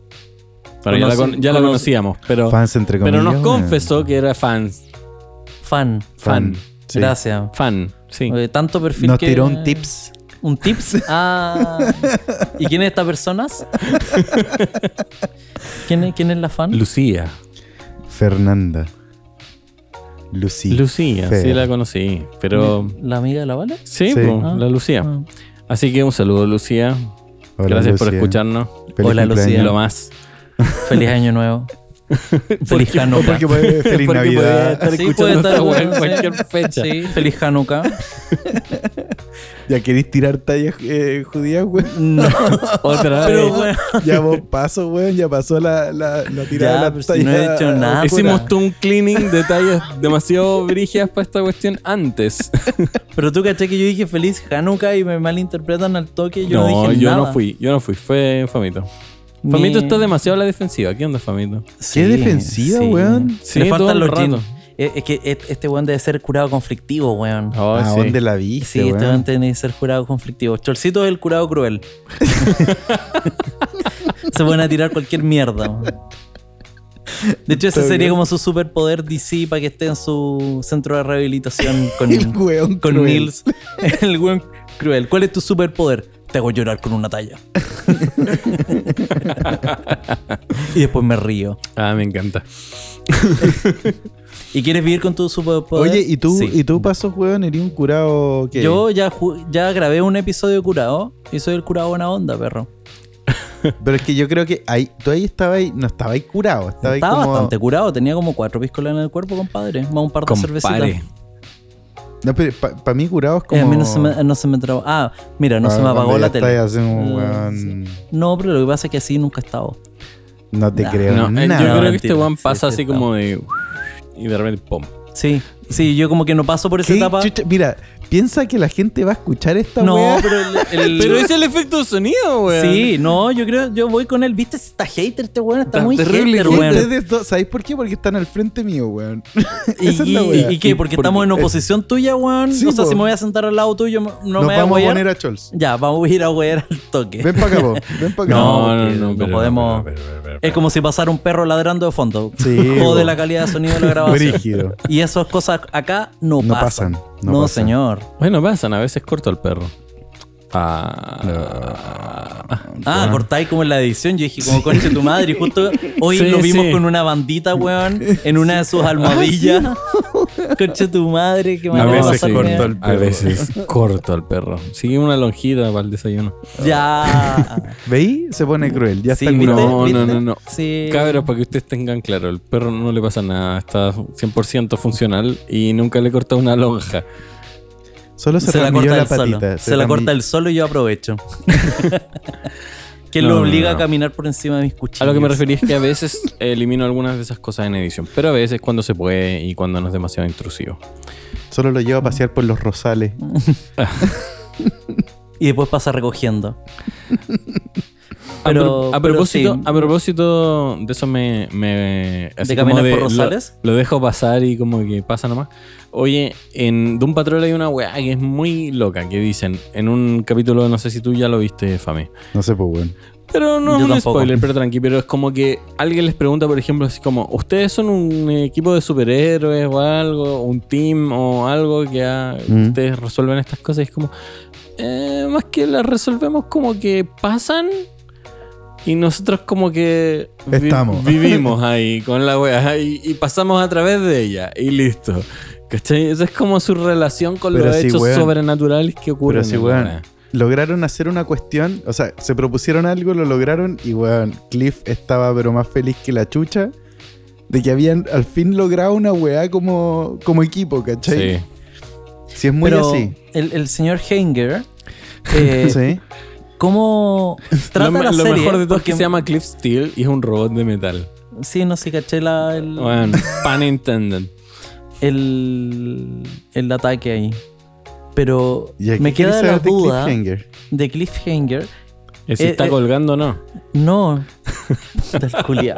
S1: Bueno, ya la,
S3: Conoce-
S1: con- ya la
S3: conoce-
S1: conocíamos, pero,
S2: fans entre comillas.
S1: pero nos
S2: weón.
S1: confesó que era fans.
S3: Fan.
S1: Fan.
S2: Fan. Sí.
S3: Gracias.
S1: Fan, sí.
S3: Eh, tanto perfil
S2: Nos
S3: que-
S2: tiró un tips.
S3: ¿Un tips? Ah. ¿Y quién es estas personas? ¿Quién es, quién es la fan?
S1: Lucía.
S2: Fernanda. Lucía.
S1: Lucía,
S2: Fea.
S1: sí la conocí. Pero.
S3: ¿La amiga de la Vale?
S1: Sí,
S2: Sí.
S1: po,
S3: Ah.
S1: la Lucía.
S3: Ah.
S1: Así que un saludo, Lucía.
S2: Hola,
S1: Gracias por
S2: Lucía.
S1: escucharnos.
S2: Feliz
S3: Hola,
S2: cumpleaños.
S3: Lucía.
S1: Lo más.
S3: Feliz año nuevo. Feliz Hanukkah.
S2: Porque puede-
S1: Porque
S2: feliz
S1: podía
S2: Navidad.
S1: estar
S3: Sí, puede
S1: escuchando
S3: estar,
S1: esta weá en
S3: bueno,
S1: cualquier
S3: sí.
S1: fecha.
S3: Sí, feliz Hanukkah.
S2: Ya queréis tirar tallas eh, judías, weón.
S3: No,
S1: Otra
S3: pero
S1: vez.
S3: bueno,
S2: Ya vos paso, weón. Ya pasó la, la, la
S3: Ya,
S2: tirada de
S3: pero
S2: las
S3: si no he
S2: tallas
S3: hecho nada. Ah,
S1: Hicimos
S3: pura.
S1: todo un cleaning de tallas demasiado brigias para esta cuestión antes.
S3: pero tú caché que yo dije feliz Hanukkah y me malinterpretan al toque. Yo
S1: no,
S3: no, dije
S1: yo
S3: nada.
S1: no fui, yo no fui, fue Famito. Famito está demasiado a la defensiva. ¿Qué onda, Famito?
S2: Qué defensiva, weón.
S1: Sí,
S3: Le
S1: todo
S3: faltan
S1: el
S3: los
S1: rato.
S3: jeans. Es, es que et- este weón debe ser curado conflictivo, weón.
S1: Oh,
S2: Ah, ¿A
S1: sí.
S2: dónde la viste,
S3: Sí, este
S2: weón?
S3: weón tiene que ser jurado conflictivo. Chorcito es el curado cruel. Se pueden a tirar cualquier mierda. weón. De hecho, ese
S2: Está
S3: sería
S2: bien.
S3: como su superpoder DC para que esté en su centro de rehabilitación con,
S2: El weón
S3: con
S2: cruel.
S3: Nils. El weón cruel. ¿Cuál es tu superpoder? Te hago llorar con una talla. y después me río.
S1: Ah, me encanta.
S3: ¿Y quieres vivir con tu superpoder?
S2: Oye, ¿y tú,
S3: Sí.
S2: ¿y tú pasos, weón? ¿Eres un curado que
S3: Yo ya, ju- ya grabé un episodio de curado y soy el curado buena onda, perro.
S2: Pero es que yo creo que ahí, tú ahí estabas, ahí- no estabas ahí curado. Estabas ahí
S3: Estaba
S2: como...
S3: bastante curado, tenía como cuatro piscolas en el cuerpo, compadre. Más un par de
S1: Compare.
S3: cervecitas.
S2: No, pero para mí curado es
S3: Eh,
S2: como...
S3: a mí no se me, no se me trabó. Ah, mira, no se me
S2: cuando
S3: apagó
S2: ya
S3: la
S2: estás
S3: tele.
S2: así como,
S3: Mm,
S2: weón,
S3: sí. No, pero lo que pasa es que así nunca he estado.
S2: No te
S3: Nah.
S2: creo
S1: No, eh,
S2: nada.
S1: yo creo que
S3: mentira.
S1: este one
S3: Sí,
S1: pasa
S3: sí,
S1: así
S3: está.
S1: como de. Y de repente, ¡pum!
S3: Sí, sí, yo como que no paso por esa
S2: ¿Qué
S3: etapa.
S2: chucha? Mira, piensa que la gente va a escuchar esta
S3: No,
S2: weá.
S3: pero el- el-
S1: Pero es el efecto de sonido, weón.
S3: Sí, no, yo creo, yo voy con él. ¿Viste? Está hater este weón, está,
S1: Está
S3: muy
S1: terrible,
S3: hater,
S1: gente
S3: weón.
S2: Ustedes dos, ¿Sabéis por qué? Porque están al frente mío, weón.
S3: ¿Y,
S2: Esa es la
S3: y-
S2: weá.
S3: y qué? Porque
S1: Porque-
S3: estamos en oposición tuya, weón.
S2: Sí,
S3: o sea,
S2: po.
S3: si me voy a sentar al lado tuyo, no
S2: eh, Nos
S3: me voy a
S2: vamos a
S3: huear.
S2: poner a Chols.
S3: Ya, vamos a ir a huear al toque.
S2: Ven para acá, vos. Ven para acá.
S1: No, no,
S3: porque
S1: no,
S3: no
S1: pero-
S3: podemos-
S1: pero- pero- pero-
S3: Es como si pasara un perro ladrando de fondo.
S2: Sí,
S3: Jode
S2: bo.
S3: la calidad de sonido de la grabación.
S2: Brígido.
S3: Y esas cosas acá no,
S2: No
S3: pasan.
S2: pasan,
S3: No,
S2: no pasan.
S3: señor.
S1: Bueno, pasan, a veces corto al perro. Ah.
S3: Ah, cortáis como en la edición. Yo dije, como conche tu madre. Y justo hoy
S1: Sí,
S3: lo vimos
S1: sí.
S3: con una bandita, weón, en una de sus
S2: Ah,
S3: almohadillas. Conche tu madre, qué
S1: A
S3: manera de
S1: veces,
S3: pasar,
S2: corto
S3: weón.
S2: al
S1: a
S2: perro.
S1: veces corto al perro. Sigue una lonjita para el desayuno.
S3: Ya.
S2: ¿Veí? Se pone cruel. Ya
S3: Sí,
S2: está
S3: ¿viste?
S2: curado.
S1: No,
S3: ¿Viste?
S1: no, no, no.
S3: Sí.
S1: Cabros, para que ustedes tengan claro, el perro no le pasa nada, está 100% funcional y nunca le he cortado una lonja.
S2: Solo se,
S3: se la
S2: ramilló
S3: corta
S2: la
S3: el solo.
S2: patita.
S3: Se la
S2: rami-
S3: corta el solo y yo aprovecho. que
S1: No,
S3: lo
S1: no,
S3: obliga
S1: no.
S3: a caminar por encima de mis cuchillos.
S1: A lo que me refería es que a veces elimino algunas de esas cosas en edición, pero a veces cuando se puede y cuando no es demasiado intrusivo.
S2: Solo lo lleva a pasear por los rosales.
S3: Y después pasa recogiendo.
S1: A
S3: Pero-
S1: pro- a,
S3: pero
S1: propósito,
S3: sí.
S1: a propósito de eso me... me así como
S3: caminar por
S1: lo-
S3: Rosales?
S1: Lo, dejo pasar y como que pasa nomás. Oye, en Doom Patrol hay una weá que es muy loca, que dicen en un capítulo, no sé si tú ya lo viste, Fami.
S2: No sé, pues, weón.
S1: Pero no
S3: Yo
S1: es un
S3: tampoco.
S1: spoiler, pero tranqui. Pero es como que alguien les pregunta, por ejemplo, así como: ¿Ustedes son un equipo de superhéroes o algo? ¿Un team o algo que ha-
S2: Mm.
S1: ustedes resuelven estas cosas? Y es como: "Eh, Más que las resolvemos, como que pasan. Y nosotros, como que. vi-
S2: Estamos.
S1: vivimos ahí con la wea. Y, y pasamos a través de ella. Y listo. ¿Cachai? Esa es como su relación con
S2: Pero
S1: los
S2: sí,
S1: hechos
S2: weón.
S1: sobrenaturales que ocurren.
S2: Pero sí,
S1: en la
S2: weón.
S1: wea.
S2: lograron hacer una cuestión, o sea, se propusieron algo, lo lograron y, weón, Cliff estaba pero más feliz que la chucha de que habían al fin logrado una weá como, como equipo, ¿cachai?
S1: Sí.
S2: Sí. es muy
S3: Pero
S2: así.
S3: El, el señor Henger, eh,
S2: Sí.
S3: ¿cómo trata
S1: lo, me-
S3: la
S1: lo
S3: serie?
S1: mejor de todo es que
S3: Porque-
S1: se llama Cliff Steel y es un robot de metal.
S3: Sí, no sé, caché la- el,
S1: Bueno, pan intended.
S3: el, el ataque ahí. Pero
S2: Y aquí
S3: me
S2: quieres
S3: queda la
S2: saber de
S3: duda
S2: Cliffhanger.
S3: de Cliffhanger.
S1: Eh, Si
S3: Eh,
S1: está
S3: eh.
S1: colgando o no.
S3: No. Puta, el culiao.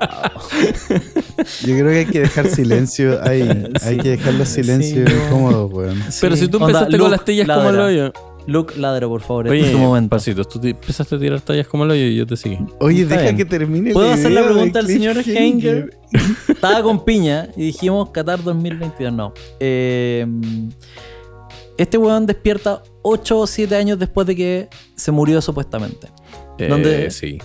S2: Yo creo que hay que dejar silencio ahí. Hay que dejar los silencios
S3: Sí, no.
S2: cómodos, weón.
S1: Pero
S3: Sí.
S1: si tú
S3: Onda,
S1: empezaste con
S3: Luke,
S1: las tallas como el
S3: ladra.
S1: hoyo.
S3: Luke, ladra, por favor, en
S1: Oye,
S3: este momento.
S1: Pasitos, tú te- empezaste a tirar tallas como el hoyo y yo te seguí.
S2: Oye,
S3: Está
S2: deja
S3: bien.
S2: que termine
S3: ¿Puedo hacer la
S2: idea de
S3: pregunta al señor
S2: Cliffhanger.
S3: Henger? Estaba con piña y dijimos Qatar 2022. No. Eh, este weón despierta 8 o 7 años después de que se murió supuestamente.
S1: Eh,
S3: ¿Dónde?
S1: Sí.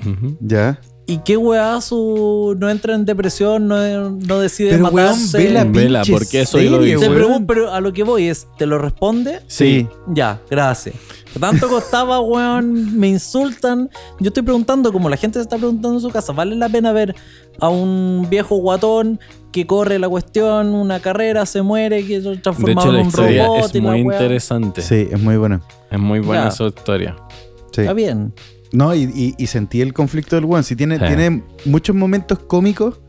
S1: Ujú.
S2: Ya.
S3: ¿Y qué weazo no entra en depresión, no, no decide
S2: Pero weón,
S3: matarse?
S2: ve la
S1: Vela,
S2: pinche
S1: porque eso yo lo
S2: serie,
S1: vi.
S3: Te
S2: weón.
S3: pregunto, pero a lo que voy es, ¿te lo responde?
S2: Sí.
S3: Ya, gracias. Tanto costaba, weón, me insultan. Yo estoy preguntando, como la gente se está preguntando en su casa, ¿vale la pena ver a un viejo guatón que corre la cuestión, una carrera, se muere, que se
S1: De
S3: transforma
S1: hecho,
S3: en
S1: la
S3: un
S1: historia
S3: robot y
S1: es
S3: la
S1: muy
S3: weá?
S1: interesante.
S2: Sí, es muy bueno.
S1: Es muy buena
S3: Ya.
S1: esa historia.
S2: Sí.
S3: Está bien.
S2: No, y, y- y sentí el conflicto del weón. Sí, tiene,
S1: Sí.
S2: tiene muchos momentos cómicos,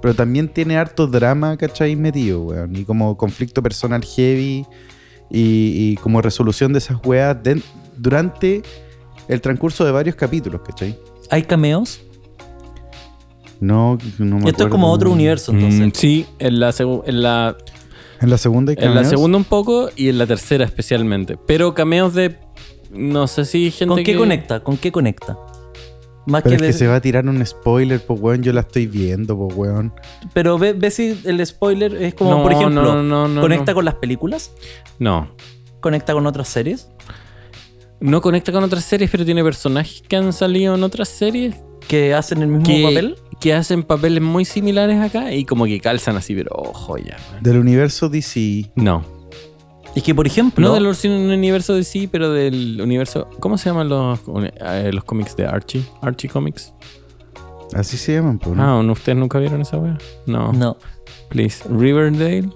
S2: pero también tiene harto drama, ¿cachai? Metido, weón. Y como conflicto personal heavy y, y como resolución de esas weas den- durante el transcurso de varios capítulos, ¿cachai?
S3: ¿Hay cameos?
S2: No, no me
S3: Esto es
S2: acuerdo.
S3: como otro universo, entonces.
S1: Mm, sí, en la, segu- en la
S2: En la segunda hay
S1: En la
S2: cameos?
S1: segunda un poco y en la tercera especialmente. Pero cameos de. No sé si gente.
S3: ¿Con qué
S1: que-
S3: conecta? ¿Con qué conecta? Más
S2: Pero es
S3: Ah, de-
S2: que se va a tirar un spoiler, pues weón. Yo la estoy viendo, pues weón.
S3: Pero ve, ve si el spoiler es como,
S1: No,
S3: por ejemplo,
S1: no, no, no,
S3: ¿conecta
S1: no.
S3: con las películas?
S1: No.
S3: ¿Conecta con otras series?
S1: No conecta con otras series, pero tiene personajes que han salido en otras series
S3: ¿Que hacen el mismo
S1: que,
S3: papel?
S1: que hacen papeles muy similares acá y como que calzan así, pero ojo ya.
S2: Del universo DC.
S1: No.
S3: Es que, por ejemplo,
S1: No del orci- universo de sí, pero del universo. ¿Cómo se llaman los, eh, los cómics de Archie? Archie Comics.
S2: Así se llaman, pues. ¿no?
S1: Ah, ¿no? ¿ustedes nunca vieron esa wea? No.
S3: no.
S1: Please. Riverdale.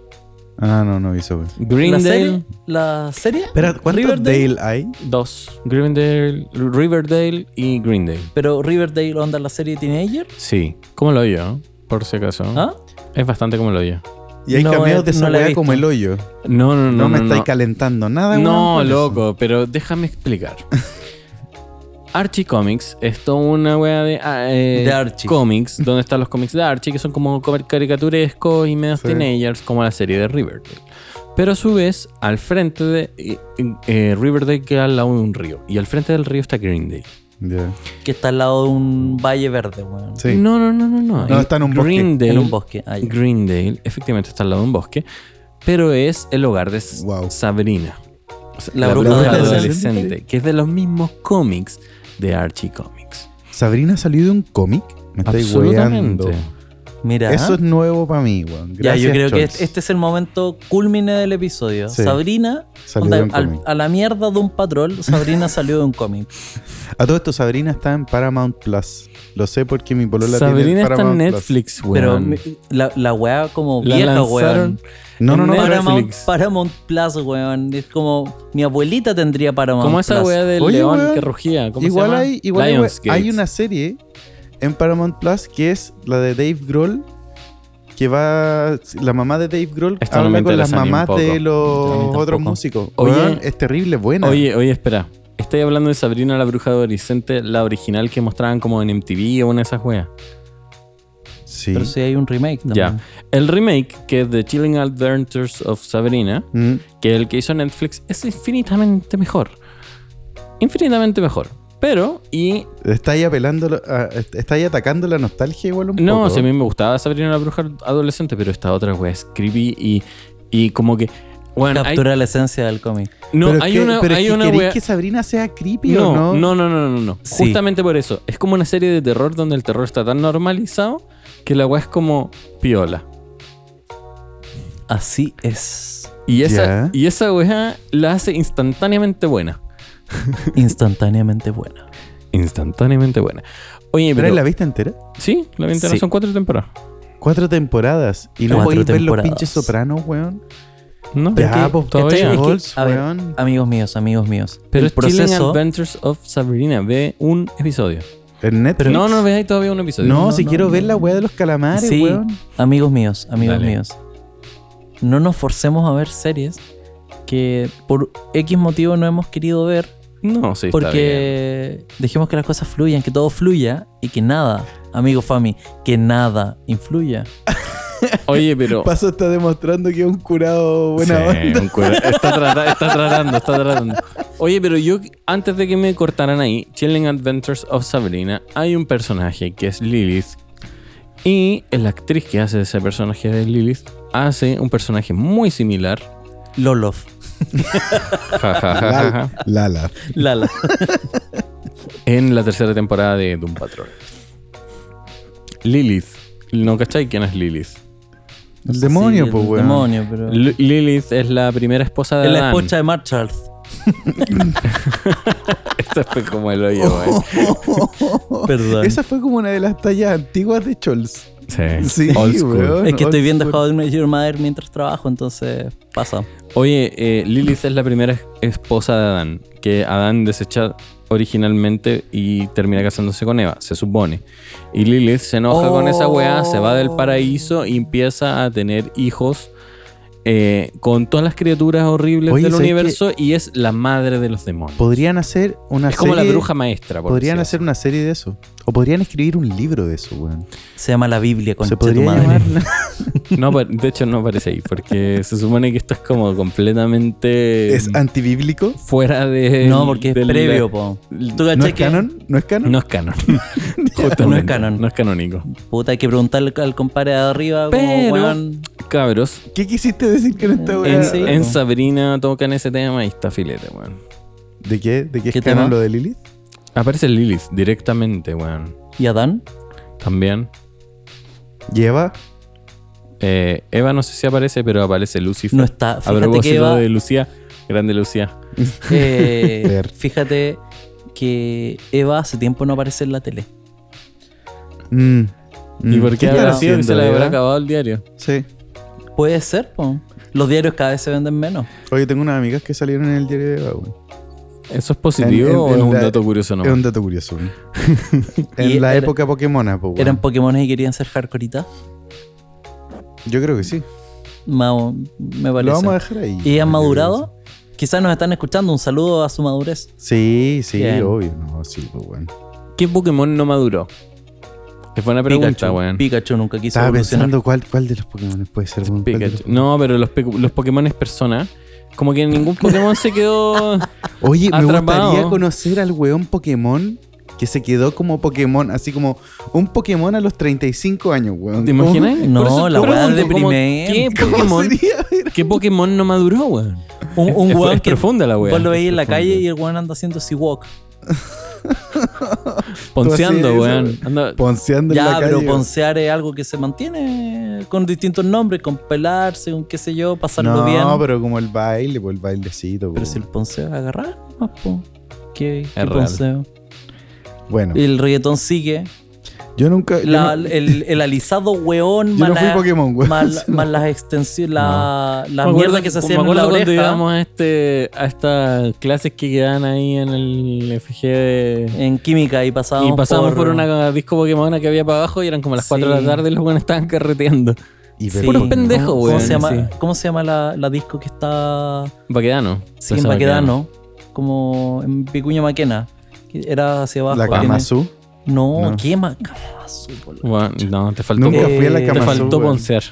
S2: Ah, no, no, eso, weón.
S3: ¿La
S1: Greendale.
S3: serie? ¿La serie?
S2: Espera, ¿cuántos
S3: Mm. Riverdale.
S2: Dale hay?
S1: Dos. Greendale, Riverdale y Greendale.
S3: Pero Riverdale, onda, la serie teenager.
S1: Sí, como lo yo, por si acaso.
S3: ¿Ah?
S1: Es bastante como lo yo.
S2: Y hay
S3: No,
S2: cameos de
S3: eh,
S2: esa
S3: no la he
S2: weá
S3: visto.
S2: como el hoyo.
S1: No, no, no.
S2: No, me
S1: no,
S2: estáis
S1: no.
S2: calentando nada, weón, pues.
S1: No,
S2: con eso.
S1: loco, pero déjame explicar. Archie Comics es toda una wea de, ah, eh,
S3: De Archie.
S1: cómics, donde están los cómics de Archie, que son como cover- caricaturescos y medios
S2: Sí.
S1: teenagers, como la serie de Riverdale. Pero a su vez, al frente de eh, eh, Riverdale queda al lado de un río. Y al frente del río está Greendale.
S2: Ya.
S3: Que está al lado de un valle verde, weón.
S2: Sí.
S1: No, no, no, no, no.
S2: No, está en un bosque.
S1: Greendale-
S3: En un bosque. Ah, ya.
S1: Greendale, efectivamente está al lado de un bosque, pero es el hogar de S-
S2: Wow.
S1: Sabrina,
S3: La,
S1: la
S3: bruja
S1: bruja
S3: de
S2: adolescente.
S3: adolescente.
S1: adolescente, que es de los mismos cómics de Archie Comics.
S2: ¿Sabrina salió de un cómic? Me estáis
S1: Absolutamente.
S2: weando.
S3: Mira. ¿ah?
S2: Eso es nuevo para mí, weón.
S3: ya,
S2: Gracias,
S3: yo creo que
S2: Chols.
S3: este- este es el momento culmine del episodio.
S2: Sí.
S3: Sabrina,
S2: Salió
S3: onda,
S2: de un
S3: al-
S2: cómic.
S3: a la mierda de un patrón, Sabrina salió de un cómic.
S2: A todo esto, Sabrina está en Paramount Plus. Lo sé porque mi polola tiene
S1: Sabrina está en
S2: Paramount Plus.
S1: Netflix,
S3: Pero
S1: weón.
S3: mi- la, la weá como
S1: La
S3: vieja,
S1: lanzaron
S3: weón.
S2: No, no, no.
S1: en
S2: pero-
S1: Netflix.
S3: Paramount, Paramount Plus, weón. Es como mi abuelita tendría Paramount
S1: como esa
S3: Plus.
S1: weá del
S2: Oye,
S1: león
S2: weón,
S1: que rugía. ¿Cómo
S2: Igual
S1: se llama?
S2: hay, igual hay,
S1: Lionsgate.
S2: hay una serie en Paramount Plus que es la de Dave Grohl. Que va. La mamá de Dave Grohl
S1: Esto no me
S2: habla con las
S1: interesa ni un
S2: mamás
S1: poco.
S2: de
S3: A mí
S2: los
S3: tampoco.
S2: otros músicos.
S1: Oye.
S2: Weón, es terrible, buena.
S1: Oye, oye, espera. Estoy hablando de Sabrina la bruja adolescente, la original que mostraban como en MTV o una de esas weas.
S2: Sí.
S3: Pero sí hay un remake
S1: Ya.
S3: también.
S1: El remake, que es The Chilling Adventures of Sabrina,
S2: Mm.
S1: que el que hizo Netflix es infinitamente mejor. Infinitamente mejor. Pero, y.
S2: Está ahí apelando, lo- a- está ahí atacando la nostalgia igual un
S1: No,
S2: poco.
S1: si a mí me gustaba Sabrina la Bruja adolescente, pero esta otra wea es creepy y, y como que. Bueno, hay,
S3: Captura la esencia del cómic.
S1: no,
S2: Pero
S1: hay
S2: que-
S1: una,
S2: pero es
S1: hay
S2: que
S1: una
S2: ¿queréis
S1: wea-
S2: que Sabrina sea creepy
S1: No,
S2: o no?
S1: no, no, no, no, no, no.
S3: Sí.
S1: Justamente por eso. Es como una serie de terror donde el terror está tan normalizado que la wea es como piola.
S3: Así es.
S1: Y esa,
S2: Ya.
S1: y esa wea la hace instantáneamente buena.
S3: Instantáneamente buena.
S1: Instantáneamente buena. Oye,
S2: ¿Pero
S1: pero.
S2: la viste entera?
S1: Sí, la ventana
S3: Sí.
S1: son cuatro temporadas.
S2: Cuatro temporadas. Y no
S3: Cuatro
S2: podéis ver los
S3: temporadas.
S2: pinches sopranos, weón.
S1: No,
S2: Ya,
S1: es que
S2: pues,
S1: todavía.
S2: ¿cachai?
S3: Es que,
S2: Goals,
S3: a ver,
S2: weón.
S3: amigos míos, amigos míos.
S1: Pero
S3: el
S1: es Chilling
S3: proceso.
S1: Adventures of Sabrina. Ve un episodio.
S2: En Netflix.
S1: Pero no, no veáis todavía un episodio.
S2: No,
S3: no,
S2: si
S3: no,
S2: quiero
S3: no.
S2: ver la weá de los calamares,
S3: Sí,
S2: weón.
S3: amigos míos, amigos
S1: Dale.
S3: míos. No nos forcemos a ver series que por X motivo no hemos querido ver
S1: No, sí, está bien.
S3: porque dejemos que las cosas fluyan, que todo fluya y que nada, amigo Fami, que nada influya.
S1: Oye, pero.
S2: Paso está demostrando que es un curado buena
S1: Oh. Sí,
S2: onda.
S1: un cuero. Está, trata- está tratando, está tratando. Oye, pero yo, antes de que me cortaran ahí, Chilling Adventures of Sabrina, hay un personaje que es Lilith. Y la actriz que hace ese personaje de Lilith hace un personaje muy similar.
S3: Lolof,
S1: Ja, ja, ja, ja, ja.
S2: Lala. Lala.
S3: Lala.
S1: en la tercera temporada de Doom Patrol. Lilith. ¿No cachai quién es Lilith?
S2: El demonio,
S3: Sí,
S2: pues,
S3: el
S2: weón.
S3: demonio, pero.
S1: L- Lilith es la primera esposa de
S3: Es la
S1: Adán.
S3: esposa de Marcharth,
S1: Esto fue como el hoyo, güey.
S3: Oh. perdón.
S2: Oh, Esa fue como una de las tallas antiguas de Chols.
S1: Sí.
S2: Sí,
S1: eh. Old school.
S2: weón.
S3: Es que
S2: old
S3: estoy viendo
S2: school.
S3: How I Met Your Mother mientras trabajo, entonces pasa.
S1: Oye, eh, Lilith es la primera es- esposa de Adán, que Adán desecha originalmente y termina casándose con Eva, se supone. Y Lilith se enoja con esa weá, se va del paraíso y empieza a tener hijos eh, con todas las criaturas horribles
S2: Oye,
S1: del
S2: ¿sabes
S1: universo y es la madre de los demonios.
S2: Podrían hacer una
S1: Es como la
S2: serie-
S1: bruja maestra. por
S2: Podrían
S1: decir.
S2: hacer una serie de eso. O podrían escribir un libro de eso, weón.
S3: Se llama la Biblia con
S2: Se podría
S3: madre.
S2: llamar.
S1: No, pa- de hecho no aparece ahí, porque se supone que esto es como completamente
S2: ¿Es antibíblico?
S1: fuera de...
S3: No, porque es
S1: del-
S3: previo, po. ¿Tú
S2: ¿No
S3: caché
S2: es
S3: que-
S2: canon? ¿No es canon?
S1: No es canon. Justamente,
S3: No es canon.
S1: No es canónico.
S3: Puta, hay que preguntarle al compadre de arriba
S1: Pero-
S3: como, weón,
S1: Cabros,
S2: ¿Qué quisiste decir con esta
S1: en,
S2: weá?
S3: sí.
S1: en Sabrina tocan ese tema y está filete, weón.
S2: ¿De qué? ¿De qué es
S3: ¿Qué
S2: canon
S3: tema?
S2: lo de Lilith?
S1: Aparece Lilith directamente, weón.
S3: ¿Y Adán?
S1: También.
S2: Lleva.
S1: Eh, Eva no sé si aparece, pero aparece Lucifer.
S3: No está.
S1: A
S3: Fíjate que
S1: propósito
S3: Eva,
S1: de Lucía. Grande Lucía.
S3: eh,
S2: Fer.
S3: fíjate que Eva hace tiempo no aparece en la tele.
S2: Mm.
S1: ¿Y
S2: Mm.
S1: por qué,
S2: estará
S1: habrá sido que se
S2: haciendo,
S1: le habrá
S2: Eva?
S1: acabado el diario?
S2: Sí.
S3: Puede ser, po. Los diarios cada vez se venden menos.
S2: Oye, tengo unas amigas que salieron en el diario de Eva, weón.
S1: ¿Eso es positivo
S2: En- en-
S1: o
S2: en
S1: es un
S2: la-
S1: dato curioso
S2: Es
S1: nomás?
S2: un dato curioso. weón.
S3: Y
S2: en la
S3: era-
S2: época Pokémona, pues, weón.
S3: Eran Pokémones y querían ser hardcoreitas.
S2: Yo creo que sí.
S3: Mau- Me
S2: Lo
S3: parece.
S2: vamos a dejar ahí.
S3: ¿Y han
S2: Yo
S3: madurado? Quizás nos están escuchando. Un saludo a su madurez.
S2: creo que Sí, sí, sí,
S3: Bien.
S2: obvio. No, sí, pues, weón.
S1: ¿Qué Pokémon no maduró? Es buena pregunta,
S3: Pikachu.
S1: weón.
S3: Pikachu nunca quiso
S2: Estaba
S3: evolucionar.
S2: pensando cuál, cuál de los Pokémon puede ser. weón, cuál de
S1: Pikachu.
S2: los-
S1: No, pero los, pe- los Pokémon es persona. Como que ningún Pokémon se quedó.
S2: Oye, me
S1: Atrapado.
S2: gustaría conocer al weón Pokémon que se quedó como Pokémon, así como un Pokémon a los 35 años, weón.
S1: ¿Te imaginas?
S3: No,
S1: Por eso
S3: la
S1: te
S3: weá es
S1: pregunto, como,
S3: deprimente.
S1: ¿Qué
S2: ¿Cómo
S1: Pokémon,
S2: sería?
S1: ¿Qué Pokémon no maduró, weón?
S3: Un, un
S1: Es-
S3: weón
S1: es
S3: que
S1: profunda la weá.
S3: Vos lo veis en la
S1: Profunda.
S3: calle y el weón anda haciendo Seawalk.
S1: Ponceando,
S2: Tú así,
S1: weón.
S2: eso,
S1: Anda-
S2: Ponceando en
S3: Ya,
S2: la
S3: pero
S2: calle. weón.
S3: poncear es algo que se mantiene con distintos nombres, con pelarse, con qué sé yo, pasarlo
S2: no,
S3: bien. Pero,
S2: pero como el baile, pues el bailecito. weón.
S3: si el ponceo es agarrar, nomás, po. ¿Qué, qué
S1: real.
S3: ponceo?
S2: Bueno,
S3: El reggaetón sigue.
S2: yo nunca. yo
S3: La-
S2: no-
S3: el, el alisado weón,
S2: Yo no
S3: más
S2: fui
S3: la-
S2: Pokémon, weón.
S3: más la- más las extensiones, la, la
S1: Me acuerdo-
S3: mierda que se hacían
S1: me
S3: en
S1: acuerdo
S3: la
S1: cuando
S3: oreja.
S1: íbamos a, este, a estas clases que quedan ahí en el FG de...
S3: En química y
S1: Y
S3: pasábamos,
S1: pasamos por, una disco Pokémon que había para abajo y eran como las
S3: Sí.
S1: 4 de la tarde y los buenos estaban carreteando.
S2: y
S3: Sí.
S2: ver-
S1: Puros
S3: ¿Cómo-
S1: pendejos,
S3: ¿Cómo,
S1: weón,
S3: se llama,
S1: sí.
S3: ¿Cómo se llama la, la disco que está
S1: Baquedano.
S3: Sí, en
S1: Plaza
S3: Baquedano, como en Vicuña Maquena, que era hacia abajo.
S2: La
S3: tiene-
S2: Kamazú.
S3: No,
S2: No.
S3: ¿qué Macasu, boludo.
S1: Bueno, no, te faltó,
S2: Nunca
S1: te
S2: fui a la
S3: Eh, te
S2: Kamazú.
S1: faltó
S2: weón.
S1: poncear.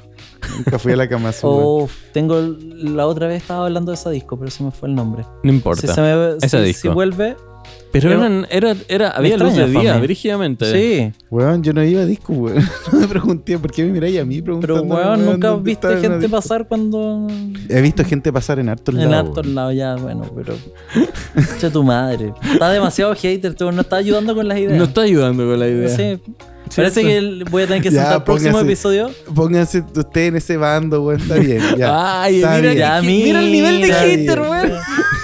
S2: Nunca fui a la Kamazú. weón.
S3: Oh, tengo el- la otra vez estaba hablando de esa disco, pero se me fue el nombre.
S1: No importa.
S3: Si se me
S1: Esa
S3: si-
S1: disco.
S3: si vuelve,
S1: Pero
S3: Pero-
S1: eran- era, era, había
S3: Me
S1: luz de
S3: extraña,
S1: día,
S3: Fame.
S1: brígidamente.
S3: sí.
S2: Weón, yo no iba a disco, weón. No me pregunté por qué me miráis a mí preguntando.
S3: Pero weón, nunca viste gente pasar cuando
S2: He visto gente pasar en hartos
S3: en
S2: lados.
S3: hartos
S2: weón.
S3: lados ya, bueno, pero Che tu madre. Está demasiado hater, tú no está ayudando con las ideas.
S1: No está ayudando con la idea.
S3: Sí. Parece que el- voy a tener que
S2: Ya,
S3: sentar el próximo
S2: póngase-
S3: episodio.
S2: Pónganse ustedes en ese bando, weón. Está bien. Ya.
S1: Ay,
S2: Está
S1: mira,
S2: bien.
S1: ya, mira el nivel de
S2: Está
S1: hater,
S2: bien.
S1: weón.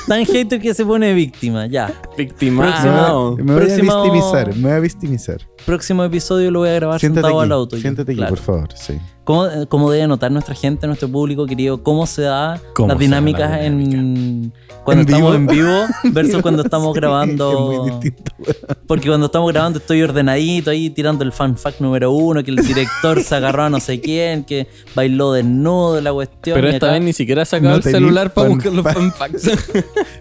S3: Tan hater que se pone víctima, ya.
S1: Victimado.
S2: me voy
S3: Próximo-
S2: a victimizar, me voy a victimizar.
S3: Próximo episodio lo voy a grabar
S2: Siéntate
S3: sentado
S2: aquí,
S3: al auto. yo.
S2: siéntate aquí,
S3: Claro.
S2: por favor, sí.
S3: ¿Cómo, eh, cómo debe notar nuestra gente, nuestro público querido, cómo se da
S1: ¿Cómo se da la
S3: las dinámicas en cuando
S2: ¿En
S3: estamos
S2: vivo?
S3: en vivo versus cuando estamos
S2: Sí, Es muy
S3: grabando?
S2: distinto.
S3: Porque cuando estamos grabando estoy ordenadito ahí tirando el fan fact número uno, que el director se agarró a no sé quién, que bailó desnudo la cuestión.
S1: Pero
S3: y
S1: esta
S3: acá-
S1: vez ni siquiera ha sacado
S2: No
S1: el
S2: tenés
S1: celular para
S2: fan
S1: buscar los fan facts.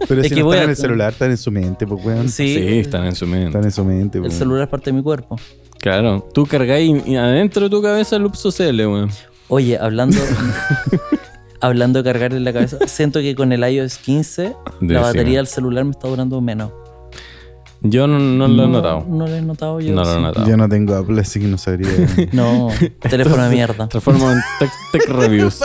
S2: Pero
S3: Es
S2: si
S3: que
S2: no
S3: voy
S2: están
S3: a-
S2: en el celular, están en su mente, pues, weón.
S3: Sí,
S1: Sí, están en su mente.
S2: Están en su mente,
S3: el
S2: pues.
S3: celular es parte de mi cuerpo.
S1: Claro. Tú cargáis y- y adentro de tu cabeza el Upso CL, weón.
S3: Oye, hablando hablando de cargarle la cabeza, siento que con el iOS 15
S1: Decime.
S3: la batería del celular me está durando menos.
S1: Yo no, no lo he notado.
S3: No lo he notado yo.
S1: No lo he
S3: sí.
S1: notado.
S2: Yo no tengo Apple, así que no sabría.
S3: No, teléfono de mierda.
S1: Transformo en tech, tech reviews.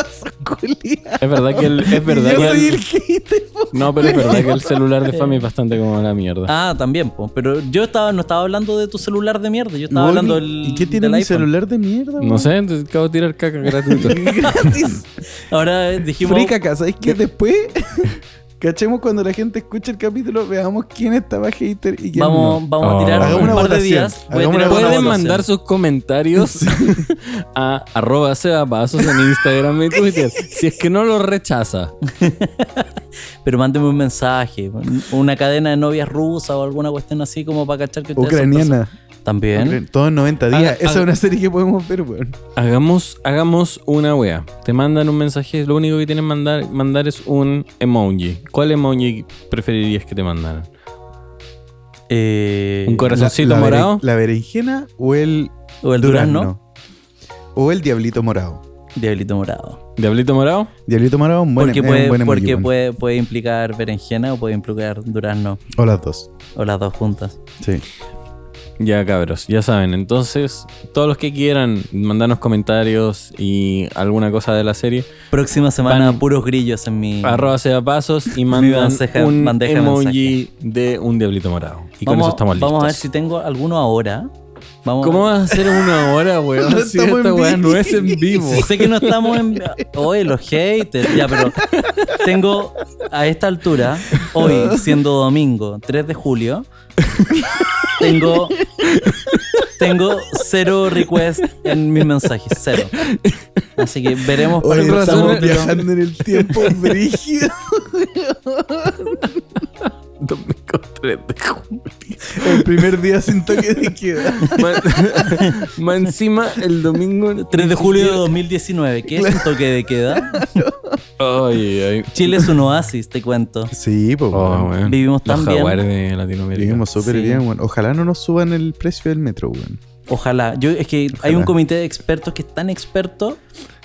S1: Es verdad que el, es verdad que el-
S2: hater, po.
S1: no, pero es verdad que el celular de Fami es bastante como la mierda.
S3: Ah, también, po. pero yo estaba, no estaba hablando de tu celular de mierda, yo estaba
S2: Weón,
S3: hablando del.
S2: ¿Y qué tiene
S3: del
S2: mi
S3: iPhone.
S2: celular de mierda, weón?
S1: No sé, te acabo de tirar caca gratuito.
S2: Gratis.
S3: Ahora eh, dijimos.
S2: Frica, casa, es que después. Cachemos cuando la gente escuche el capítulo, veamos quién estaba hater y quién
S3: Vamos,
S2: no.
S3: vamos
S1: Oh.
S3: a tirar
S1: Hagamos
S3: un
S1: una
S3: par de
S2: votación.
S3: días. Voy
S2: Hagamos
S3: a tirar
S2: una
S3: una
S1: Pueden
S3: votación.
S1: mandar sus comentarios a arroba sebapazos en Instagram y Twitter. Si es que no lo rechaza.
S3: Pero mándeme un mensaje. Una cadena de novias rusas o alguna cuestión así como para cachar que ustedes son
S2: Ucraniana.
S3: personas. También.
S2: Ucran- Todo en 90 días.
S1: Haga-
S2: Esa
S1: haga-
S2: es una serie que podemos ver, weón.
S1: Hagamos, hagamos una wea. Te mandan un mensaje, lo único que tienen que mandar, mandar es un emoji. ¿Cuál emoji preferirías que te mandaran?
S3: Eh,
S1: Un corazoncito
S2: la, la beren-
S1: morado.
S2: La berenjena o el
S3: o el durazno.
S2: durazno. O el diablito morado.
S3: Diablito morado.
S1: ¿Diablito morado?
S2: Diablito morado, un buen,
S3: porque
S2: es un
S3: puede,
S2: buen em- emoji,
S3: porque
S2: weón.
S3: puede, puede implicar berenjena o puede implicar durazno.
S2: O las dos.
S3: O las dos juntas.
S2: Sí.
S1: Ya cabros, ya saben. Entonces, todos los que quieran, mandarnos comentarios y alguna cosa de la serie.
S3: Próxima semana,
S1: Van-
S3: puros grillos en mi.
S1: Arroba sebapazos y mandan
S3: bandeja-
S1: un
S3: bandeja de
S1: emoji de un diablito morado. Y con eso estamos listos.
S3: vamos a ver si tengo alguno ahora. Vamos a
S1: ¿Cómo
S3: ver.
S1: vas a hacer una hora, weón?
S2: No
S1: si
S2: estamos
S1: esta
S2: en
S1: weá
S2: vivo.
S1: no es en vivo.
S3: Sí, sé que no estamos en. Oye, los haters. Ya, pero tengo a esta altura, hoy, siendo domingo, 3 de julio, tengo. Tengo cero request en mis mensajes, cero. Así que veremos para
S2: Oye,
S1: razón
S2: estamos
S1: el-
S2: viajando en el tiempo brígido.
S1: Domingo 3 de junio.
S2: El primer día sin toque de queda.
S1: Más- Más encima, el domingo
S3: 3 de julio de 2019, ¿qué es un toque de queda?
S1: Ay, ay.
S3: Chile es un oasis, te cuento.
S2: Sí, pues.
S1: Oh,
S2: weón.
S1: weón.
S3: Vivimos tan
S1: Los
S3: bien.
S1: jaguares de Latinoamérica.
S2: Vivimos súper
S3: Sí.
S2: bien, weón. Ojalá no nos suban el precio del metro, weón.
S3: Ojalá. Yo, es que hay
S2: Ojalá.
S3: un comité de expertos que es tan experto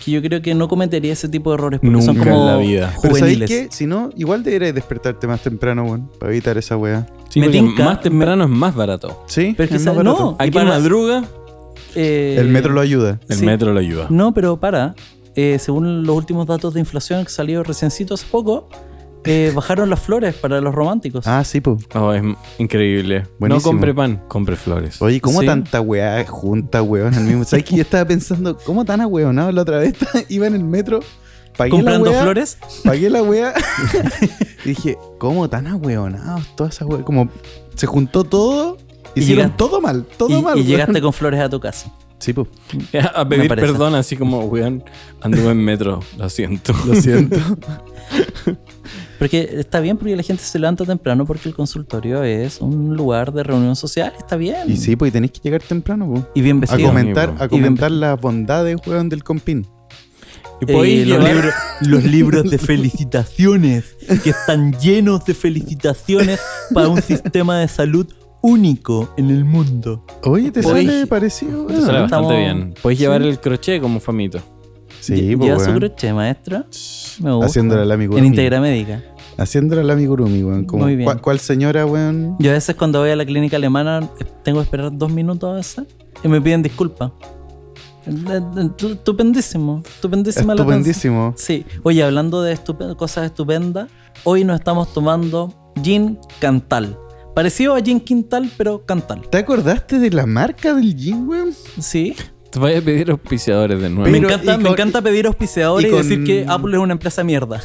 S3: que yo creo que no cometería ese tipo de errores porque son
S1: Nunca en
S3: como
S1: la vida.
S2: Pero ¿sabéis
S3: juveniles.
S2: qué? Si no, igual deberías despertarte más temprano, weón. Para evitar esa weá.
S1: Sí,
S3: Me
S1: porque
S3: tinca.
S1: más temprano es más barato.
S2: Sí,
S3: Pero es que
S2: más
S3: sabe- no.
S2: barato.
S3: Y
S1: Aquí
S3: para-
S1: madruga,
S3: Eh,
S2: El metro lo ayuda.
S1: el
S3: sí.
S1: metro lo ayuda.
S3: No, pero para. Eh, según los últimos datos de inflación que salieron reciencito hace poco, eh, bajaron las flores para los románticos.
S2: Ah, sí, pues.
S1: Oh, es increíble. No
S2: Buenísimo.
S1: compre pan, compre flores.
S2: Oye, ¿cómo
S3: Sí.
S2: tanta weá junta, weón? Al mismo. ¿Sabes que yo estaba pensando, ¿cómo tan ahueonado la otra vez? Iba en el metro, pagué
S3: Comprando
S2: la weá,
S3: flores.
S2: Pagué la weá. y dije, ¿cómo tan ahueonados todas esas weá? Como se juntó todo,
S3: Y
S2: hicieron
S3: llegaste-
S2: todo mal, todo
S3: Y,
S2: mal. weón.
S3: y llegaste con flores a tu casa.
S2: Sí, pues.
S1: A pedir
S3: parece.
S1: perdón, así como, weón, anduve en metro, lo siento.
S2: Lo siento.
S3: Porque está bien porque la gente se levanta temprano porque el consultorio es un lugar de reunión social. Está bien.
S2: y sí, pues, y tenés que llegar temprano, pues.
S3: Y bien
S2: A
S1: Sí,
S3: vestido.
S2: comentar,
S1: amigo.
S2: a comentar las bondades, weón, del compín.
S1: Y
S3: Eh,
S1: podéis
S3: los,
S1: llevar-
S3: libros, los libros de felicitaciones, que están llenos de felicitaciones para un sistema de salud único en el mundo.
S2: Oye, te
S3: Oye.
S2: sale parecido,
S1: Te sale
S2: weón.
S3: Estamos-
S1: bastante bien. Podéis Ah, llevar el crochet como famito.
S2: Sí,
S3: Lle-
S2: pues.
S3: Lleva su
S2: weón.
S3: crochet, maestra. Me gusta.
S2: Haciéndole al amigo.
S3: En Integra Médica.
S2: Haciéndole la amigurumi, weón. Como,
S3: Muy bien.
S2: ¿cuál, cuál señora, weón?
S3: Yo a veces cuando voy a la clínica alemana eh, tengo que esperar dos minutos a veces y me piden disculpas. Eh, eh, tu- Estupendísimo. Estupendísima la atención.
S2: Estupendísimo.
S3: Sí, oye, hablando de estupe- cosas estupendas, hoy nos estamos tomando gin cantal. Parecido a gin quintal, pero cantal.
S2: ¿Te acordaste de la marca del gin, weón?
S3: Sí.
S1: Te vais a pedir auspiciadores de nuevo.
S2: Pero-
S3: me, encanta,
S2: y
S3: me
S2: con-
S3: encanta pedir auspiciadores y,
S2: y con-
S3: decir que Apple es una empresa mierda.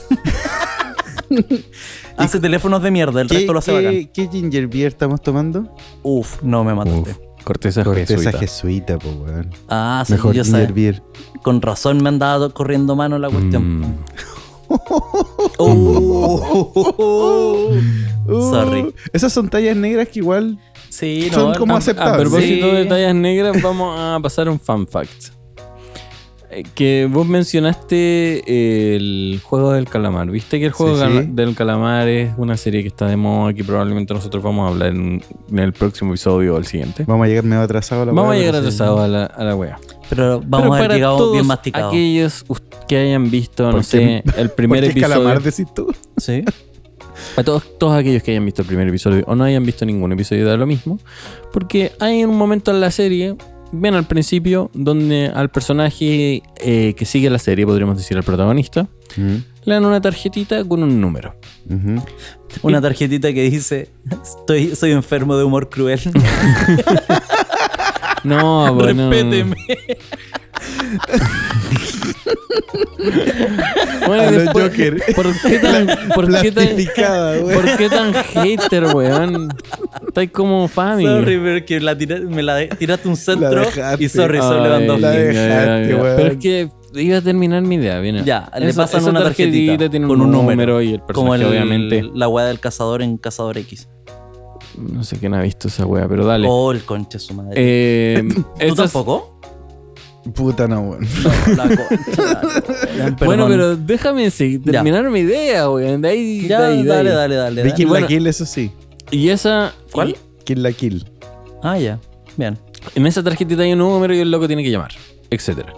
S3: Hace teléfonos de mierda, el resto lo hace bacán.
S2: ¿Qué, qué ginger beer estamos tomando?
S3: Uf, no me mataste.
S1: Uf, corteza,
S2: Corteza
S1: jesuita.
S2: jesuita, po, weón.
S3: Ah, sí,
S2: Mejor
S3: yo
S2: ginger
S3: sé.
S2: beer.
S3: Con razón me han dado corriendo mano la cuestión. Oh.
S1: Mm.
S3: Uh.
S2: Uh,
S3: Sorry.
S2: Esas son tallas negras que igual
S3: sí, no.
S2: son como
S3: no.
S1: A
S2: aceptables.
S1: propósito
S3: Sí.
S1: de tallas negras, vamos a pasar a un fan fact. Eh, Que vos mencionaste eh, el juego del calamar. Viste que el juego
S2: Sí,
S1: cala-
S2: sí.
S1: del calamar es una serie que está de moda que probablemente nosotros vamos a hablar en, en el próximo episodio o el siguiente.
S2: Vamos a llegar medio atrasado a la
S1: Vamos a
S2: weá,
S1: llegar
S2: pero sí.
S1: atrasados a la, a la wea.
S3: Pero vamos
S1: Pero
S3: a haber
S1: para
S3: llegado
S1: todos
S3: bien masticado.
S1: Aquellos us- que hayan visto, no
S2: Porque-
S1: sé, el primer
S2: ¿Por qué
S1: episodio.
S2: calamar decís tú?
S3: Sí.
S1: A todos, todos aquellos que hayan visto el primer episodio o no hayan visto ningún episodio da lo mismo. Porque hay un momento en la serie, bien al principio, donde al personaje eh, que sigue la serie, podríamos decir al protagonista, le dan una tarjetita con un número.
S2: Ujú.
S3: Una tarjetita que dice: Estoy, Soy enfermo de humor cruel.
S1: No, Ah, bueno.
S3: Respéteme.
S1: Bueno, y
S2: A los
S1: después-
S2: Joker.
S1: ¿Por qué tan, por qué tan,
S2: Plastificada, weón.
S1: por qué tan hater, weón? Estáis como fami.
S3: Sorry, pero que la tira- me la de- tiraste un centro
S2: dejaste.
S3: y sorry,
S1: Ay,
S3: solo van dos.
S2: la
S1: ya,
S2: dejaste,
S1: ya, ya.
S2: weón.
S1: Pero es que iba a terminar mi idea, bien.
S3: Ya, le
S1: Esa-
S3: pasan
S1: esa
S3: una tarjetita,
S1: tiene
S3: con un número,
S1: y el personaje
S3: Como el-
S1: obviamente
S3: la weá del cazador en Cazador X.
S1: no sé quién ha visto esa wea, pero dale.
S3: Oh, el conche su madre.
S1: Eh,
S3: ¿Tú
S1: esas-
S3: tampoco?
S2: Puta no, weón.
S3: No, la concha, la concha.
S1: Bueno,
S3: Perdón.
S1: pero déjame seguir-
S3: Ya.
S1: terminar mi idea, weón. De ahí,
S3: Ya,
S1: de ahí, de
S3: dale,
S1: ahí.
S3: dale, dale,
S2: Vi
S3: dale.
S2: Kill
S1: bueno.
S2: la Kill, eso sí.
S1: Y esa.
S3: ¿Cuál?
S2: Kill la Kill.
S3: Ah, ya. Bien.
S1: En esa tarjetita hay un número y el loco tiene que llamar, etcétera.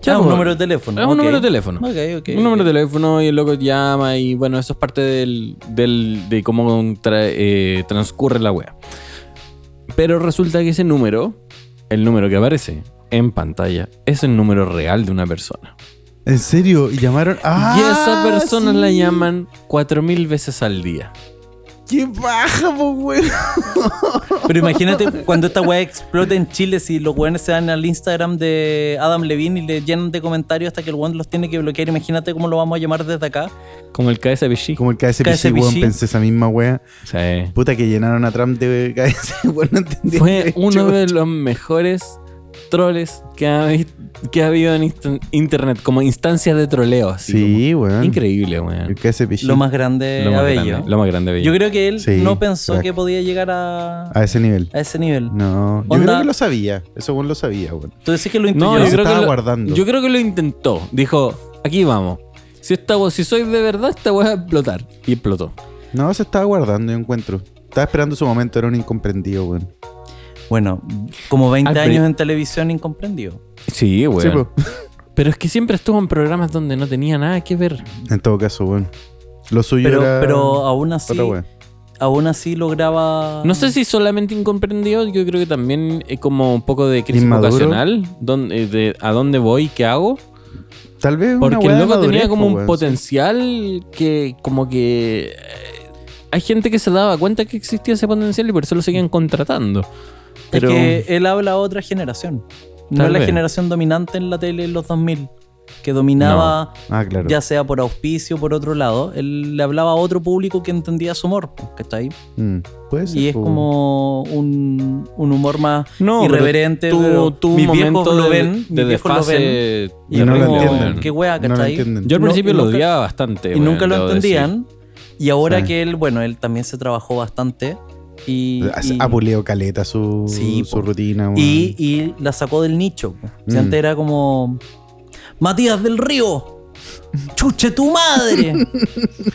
S3: Ya,
S1: Ah,
S3: un
S1: bueno.
S3: número de teléfono.
S1: Es un
S3: ok.
S1: número de teléfono.
S3: Ok, ok.
S1: un número
S3: ok.
S1: de teléfono y el loco llama y bueno, eso es parte del, del- de cómo tra- eh, transcurre la wea. Pero resulta que ese número, el número que aparece en pantalla, es el número real de una persona.
S2: ¿En serio? ¿Y llamaron? ¡Ah!
S1: y a esa persona
S2: sí!
S1: la llaman 4000 veces al día.
S2: ¡Qué baja, po, weón!
S3: Pero imagínate cuando esta weá explote en Chile, si los weones se dan al Instagram de Adam Levine y le llenan de comentarios hasta que el weón los tiene que bloquear. Imagínate cómo lo vamos a llamar desde acá.
S1: Como el KSBG.
S2: Como el KSPC,
S3: KSPC.
S2: weón, pensé esa misma wea.
S1: Sí.
S2: Puta que llenaron a Trump de KS, weón, no entendí.
S1: Fue uno
S2: Chuta.
S1: de los mejores troles que ha, vi- que ha habido en inst- internet, como instancias de troleo. Así
S2: Sí,
S1: como-
S2: weón.
S1: Increíble, weón.
S2: El KSPC.
S3: Ah. Lo más grande
S1: Lo más
S3: Abello.
S1: grande, lo más grande Abello.
S3: Yo creo que él
S2: Sí,
S3: no pensó
S2: crack.
S3: que podía llegar a,
S2: A ese nivel.
S3: a ese nivel.
S2: No. Yo
S3: Onda-
S2: creo que lo sabía. Eso weón lo sabía, weón.
S3: Tú decís que lo
S1: No,
S3: intuyó.
S1: yo
S2: se
S1: creo,
S2: estaba
S1: que
S2: guardando.
S1: lo, yo creo que lo intentó. Dijo, aquí vamos. Si, esta, hue- si soy de verdad, esta voy a explotar. Y explotó.
S2: No, se estaba guardando, yo encuentro. Estaba esperando su momento, era un incomprendido, weón.
S3: Bueno, como 20
S1: Al pri-
S3: años en televisión incomprendido.
S1: Sí, weón.
S2: Sí, po.
S1: pero es que siempre estuvo en programas donde no tenía nada que ver.
S2: En todo caso, weón. Lo suyo
S3: Pero,
S2: era.
S3: pero aún así,
S2: otra wea.
S3: aún así lograba.
S1: No sé si solamente incomprendido, yo creo que también es como un poco de crisis
S2: Inmaduro.
S1: vocacional. donde- de a dónde voy, qué hago.
S2: Tal vez una
S1: Porque
S2: wea
S1: el
S2: de
S1: loco tenía
S2: madurez,
S1: como
S2: po,
S1: un
S2: weón, sí.
S1: potencial que como que... eh, Hay gente que se daba cuenta que existía ese potencial y por eso lo seguían contratando. Pero...
S3: Es que él habla a otra generación. No
S1: Tal
S3: es la
S1: vez.
S3: generación dominante en la tele en los 2000, que dominaba
S2: Ah, claro.
S3: ya sea por auspicio o por otro lado. Él le hablaba a otro público que entendía su humor, pues, ¿cachai?
S2: Mm, puede ser,
S3: Y es
S2: po,
S3: como un, un humor más
S1: No, pero
S3: irreverente.
S1: tu-
S3: pero
S1: tu
S3: mis viejos
S1: momento
S3: lo
S1: de-
S3: ven,
S1: de
S3: mis viejos lo
S1: desfase
S3: ven.
S2: Y no
S1: terrible,
S2: lo
S3: como,
S2: entienden.
S3: Qué wea,
S2: No lo
S3: ¿cachai?
S2: entienden.
S1: Yo al
S3: No,
S1: principio
S3: y
S1: lo
S3: nunca-
S1: odiaba bastante.
S3: y
S1: weón,
S3: nunca lo
S1: debo decir.
S3: entendían. Y ahora
S2: Sí.
S3: que él, bueno, él también se trabajó bastante. Y,
S2: Hace-
S3: y,
S2: Ha pulido caleta su,
S3: Sí,
S2: su
S3: po.
S2: rutina, weón.
S3: y- y la sacó del nicho. po. Si
S2: Mm.
S3: antes era como. Matías del Río, chuche tu madre,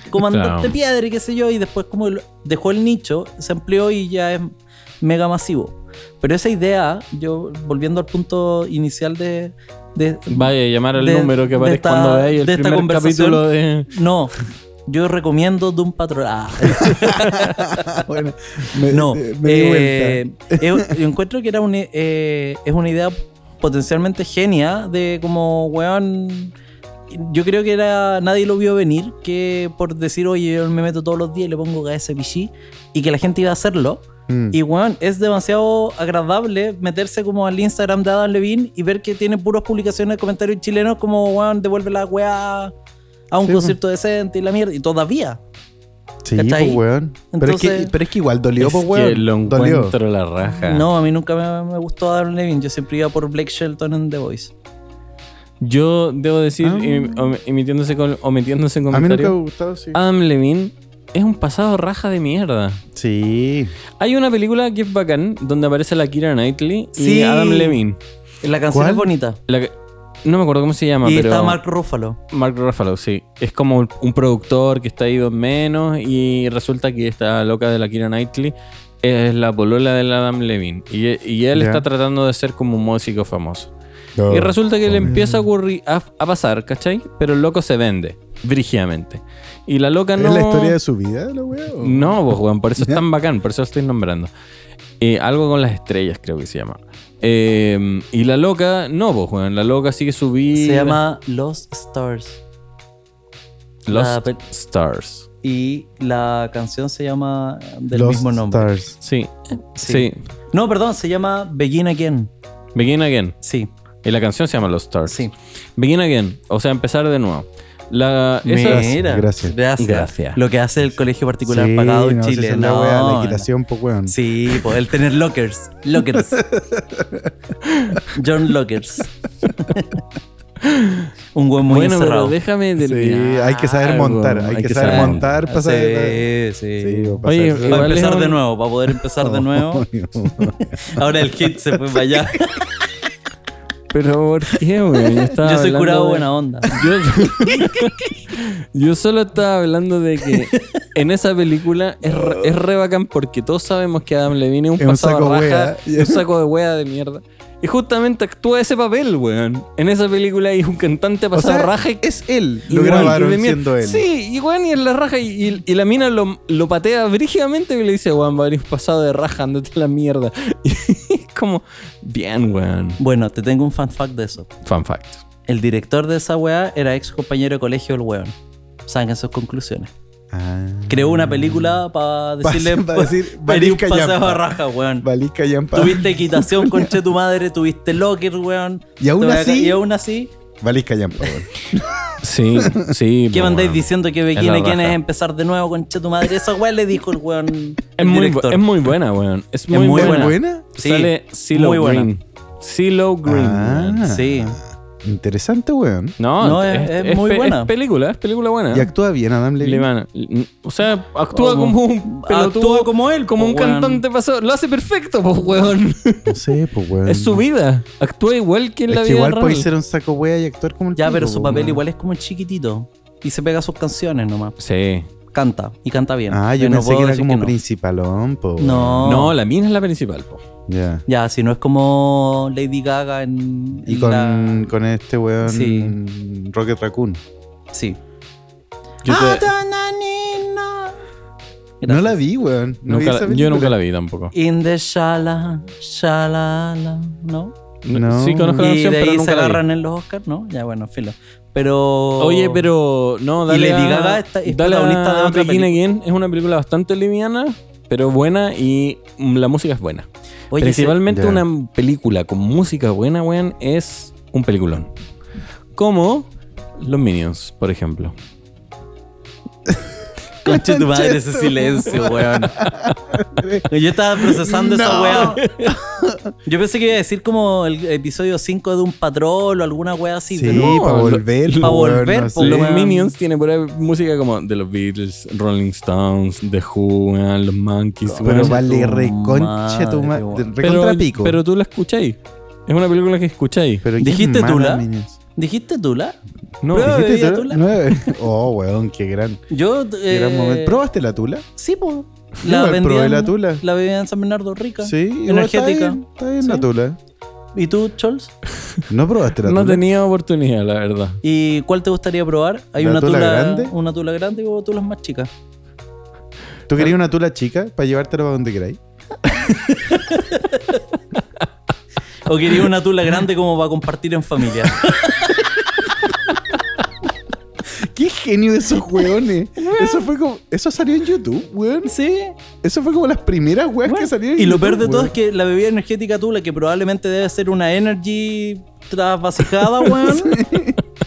S3: comandante
S1: Claro.
S3: piedra, y qué sé yo. Y después, como lo- dejó el nicho, se amplió y ya es mega masivo. Pero esa idea, yo volviendo al punto inicial de- de,
S1: Vaya a llamar al
S3: De-
S1: número que
S3: de
S1: aparece
S3: esta-
S1: cuando veáis el
S3: de esta
S1: primer
S3: conversación.
S1: capítulo de...
S3: No, yo recomiendo Doom Patrol. Ah,
S2: Ah, bueno, me-
S3: no,
S2: eh, me di
S3: eh, es- yo encuentro que era un, eh, es una idea potencialmente genia de como, weón, yo creo que era nadie lo vio venir que por decir, oye, yo me meto todos los días y le pongo KSPG y que la gente iba a hacerlo.
S2: vuelta. Mm.
S3: Y weón, es demasiado agradable meterse como al Instagram de Adam Levine y ver que tiene puras publicaciones de comentarios chilenos como weón, devuelve la weá a un
S2: Sí,
S3: concierto decente y la mierda. Y todavía,
S2: Sí,
S3: ¿Cachai?
S2: pues, weón. Pero, es que,
S3: Entonces-
S2: pero es que igual dolió,
S1: Es
S2: pues, weón.
S1: que lo
S2: Dolió.
S1: encuentro la raja.
S3: No, a mí nunca me, me gustó Adam Levine. Yo siempre iba por Blake Shelton en The Voice.
S1: Yo debo decir,
S2: Ah.
S1: im- om- emitiéndose con, omitiéndose en
S2: A mí nunca me ha
S1: comentarios,
S2: gustado,
S3: Ah,
S2: sí.
S1: Adam Levine es un pasado raja de mierda.
S2: Sí.
S1: Hay una película que es bacán donde aparece la Kira Knightley y
S3: Sí.
S1: Adam Levine.
S3: La canción
S2: ¿Cuál?
S3: es bonita.
S1: La que- no me acuerdo cómo se llama,
S3: y
S1: pero.
S3: está Mark Ruffalo.
S1: Mark Ruffalo, sí. Es como un- un productor que está ido en menos y resulta que esta loca de la Kira Knightley es la polola del Adam Levine. Y, e- y él
S2: Ya. Oh,
S1: está tratando de ser como un músico famoso. Y resulta que le empieza a ocurrir a, a pasar, ¿cachai? Pero el loco se vende, brígidamente. Y la loca no.
S2: ¿Es la historia de su vida, la weón?
S1: No, pues, weón, por eso es tan bacán, por eso lo estoy nombrando. Eh, algo con las estrellas, creo que se llama. Eh, y la loca, no, pues, weón, la loca sigue su vida.
S3: Se llama Lost Stars. la
S1: Lost
S3: pel-
S1: Stars.
S3: Y la canción se llama del
S2: Lost
S3: mismo nombre.
S2: Stars.
S1: Sí, sí.
S3: Sí. No, perdón, se llama Begin Again.
S1: Begin Again.
S3: Sí,
S1: Y la canción se llama Los Stars.
S3: sí.
S1: Begin Again. O sea, empezar de nuevo. La, esa-
S2: Mira. gracias.
S3: gracias.
S1: Gracias.
S3: Lo que hace el colegio particular
S2: Sí,
S3: pagado en
S2: no, si
S3: Chile.
S2: esa es la
S3: no,
S2: weá,
S3: no.
S2: la equitación, pues, weón.
S3: Sí, po, el tener lockers. Lockers. John Lockers. Un buen muy
S1: bueno, pero
S3: encerrado.
S1: déjame
S2: Sí,
S1: terminar,
S2: hay que saber montar.
S1: weón.
S2: Hay, que, saber montar para saber.
S3: Ah, Sí, sí.
S2: Sí, para
S1: Oye,
S2: saber-
S1: igual
S3: Para
S1: es
S3: empezar
S1: un- Oh.
S3: de nuevo, para poder empezar de nuevo. Ahora el hit se fue para allá.
S1: Pero ¿por qué, güey? Yo, estaba
S3: Yo soy
S1: hablando
S3: curado
S1: de-
S3: buena onda.
S1: Yo, yo solo estaba hablando de que en esa película es re, es re bacán porque todos sabemos que Adam Levine es un
S2: Es un
S1: pasado
S2: saco
S1: raja,
S2: wea.
S1: un saco de wea de mierda. Y justamente actúa ese papel, weón. En esa película hay un cantante
S2: O
S1: pasado
S2: sea,
S1: raja y
S2: es él.
S1: y
S2: Lo
S1: weón,
S2: grabaron
S1: y de mier-
S2: siendo él.
S1: Sí, y weón, y en la raja, y, y- y la mina lo, lo patea brígidamente y le dice, weón, varios pasado de raja, andate a la mierda. Y es como, bien, weón.
S3: Bueno, te tengo un fan fact de eso.
S1: Fun fact.
S3: El director de esa weá era ex compañero de colegio el weón. Saquen sus conclusiones.
S2: Ah.
S3: Creó una película para
S2: Pa-
S3: decirle.
S2: pa decir,
S3: "Vení un
S2: "Varisca
S3: pasado
S2: Yampa".
S3: a raja, weón.
S2: Valisca y Ampa.
S3: Tuviste equitación, conche tu madre, tuviste locker, weón.
S2: Y aún
S3: Te voy a-
S2: así-
S3: Y aún así,
S2: Valisca y Ampa, weón.
S1: Sí, sí.
S3: ¿qué
S1: po,
S3: me andáis
S1: weón.
S3: diciendo que
S1: Es la
S3: Bequine quién
S1: raja.
S3: es empezar de nuevo, conche tu madre? Esa weá le dijo el weón. el
S1: Es muy, bu-
S3: director.
S1: es muy buena, weón. Es muy,
S3: muy
S1: buena.
S3: buena.
S2: buena?
S3: Sí,
S1: Sale CeeLo
S3: muy buena.
S1: Green. CeeLo Green.
S2: Ah.
S1: weón.
S3: Sí.
S2: Interesante, weón.
S1: No,
S3: No,
S1: es,
S3: es- es
S1: es
S3: muy
S1: pe-
S3: buena.
S1: Es película, es película buena.
S2: Y
S3: Ah.
S2: actúa bien Adam Levine.
S1: Le van- o sea, actúa
S3: Como-
S1: como un pelotudo,
S3: Actúa como él,
S1: como
S3: po,
S1: un
S3: weón.
S1: cantante pasado. Lo hace perfecto, pues, weón.
S2: No sé, pues, weón.
S1: Es su vida. Actúa igual que en
S2: Es
S1: la
S2: que
S1: vida
S2: igual
S1: real.
S2: puede ser un saco wea y actuar como el
S3: Ya, pero
S2: pico,
S3: su
S2: po,
S3: papel
S2: weón.
S3: igual es como chiquitito. Y se pega sus canciones nomás.
S1: Sí.
S3: Canta. Y canta bien.
S2: Ah, yo
S3: no
S2: pensé
S3: puedo
S2: que era
S3: decir
S2: como
S3: no.
S2: principalón, po.
S3: No.
S1: No, la mina es la principal. po.
S2: Ya.
S3: Ya, si no es como Lady Gaga en.
S2: Y
S3: en
S2: con,
S3: la-
S2: con este weón
S3: Sí.
S2: Rocket Raccoon.
S3: Sí.
S1: Yo,
S2: Ah,
S3: Ah,
S1: te-
S2: No la vi, weón. No vi
S1: nunca,
S2: esa
S1: la- yo nunca
S2: película.
S1: la vi tampoco.
S3: In the shala, shalala, ¿no?
S2: No.
S1: Sí conozco la
S3: Y
S1: canción,
S3: de
S1: pero
S3: ahí se
S1: nunca la vi.
S3: agarran en los Oscars, ¿no? Ya, bueno, filo. Pero.
S1: Oye, pero no, dale
S3: Oh. Y Lady
S1: a-
S3: Gaga está- es
S1: dale
S3: protagonista
S1: a
S3: de otra
S1: Begin
S3: película.
S1: Again. Es una película bastante liviana, pero buena y mm, la música es buena.
S3: Oye,
S1: Principalmente
S2: sí. Ya.
S1: una película con música buena, weón, es un peliculón. Como los Minions, por ejemplo.
S3: ese- Conche tu madre ese silencio, weón. Yo estaba procesando esa
S2: No.
S3: weá. Yo pensé que iba a decir como el episodio 5 de un patrón o alguna weá así.
S2: Sí,
S3: pero no.
S2: para
S1: lo-
S2: volver.
S3: pa'
S2: po, weón,
S3: volver,
S2: no
S3: po,
S2: sé.
S1: Los
S3: weón.
S1: Minions tiene pura música como de los Beatles, Rolling Stones, The Who, weón, los Monkeys,
S2: Pero
S1: weón.
S2: vale,
S3: tu
S2: reconcha tu madre.
S3: madre, weón.
S1: pero,
S2: Recontra pico.
S1: pero tú la escucháis. Es una película que escucháis.
S2: Pero qué
S3: ¿Dijiste
S2: mala,
S3: Tula?
S2: niñas.
S3: ¿Dijiste Tula?
S1: No,
S3: Pero-
S2: ¿Dijiste
S3: bebida
S2: Tula? No, Oh, weón, qué gran,
S3: Yo.
S2: qué
S3: eh,
S2: gran momento. ¿Probaste la Tula?
S3: Sí, po.
S2: Igual probé
S3: en-
S2: la Tula.
S3: La bebida en San Bernardo, rica.
S2: Sí, igual está
S3: Energética.
S2: bien, Está bien la
S3: Sí.
S2: Tula.
S3: ¿Y tú, Chols?
S2: No probaste la
S1: no
S2: Tula.
S1: tenía oportunidad, la verdad.
S3: ¿Y cuál te gustaría probar? Hay
S2: ¿La
S3: una
S2: tula
S3: tula,
S2: grande?
S3: una tula grande y tulas más chicas.
S2: ¿Tú querías una Tula chica para llevártela para donde queráis?
S3: ¿O querías una tula grande como para compartir en familia?
S2: ¡Qué genio de esos weones! eso fue como. Eso salió en YouTube, weón.
S3: sí.
S2: Eso fue como las primeras weas que salieron. en
S3: Y lo
S2: YouTube,
S3: peor de todo
S2: weón.
S3: es que la bebida energética tula, que probablemente debe ser una energy trasvasejada, weón.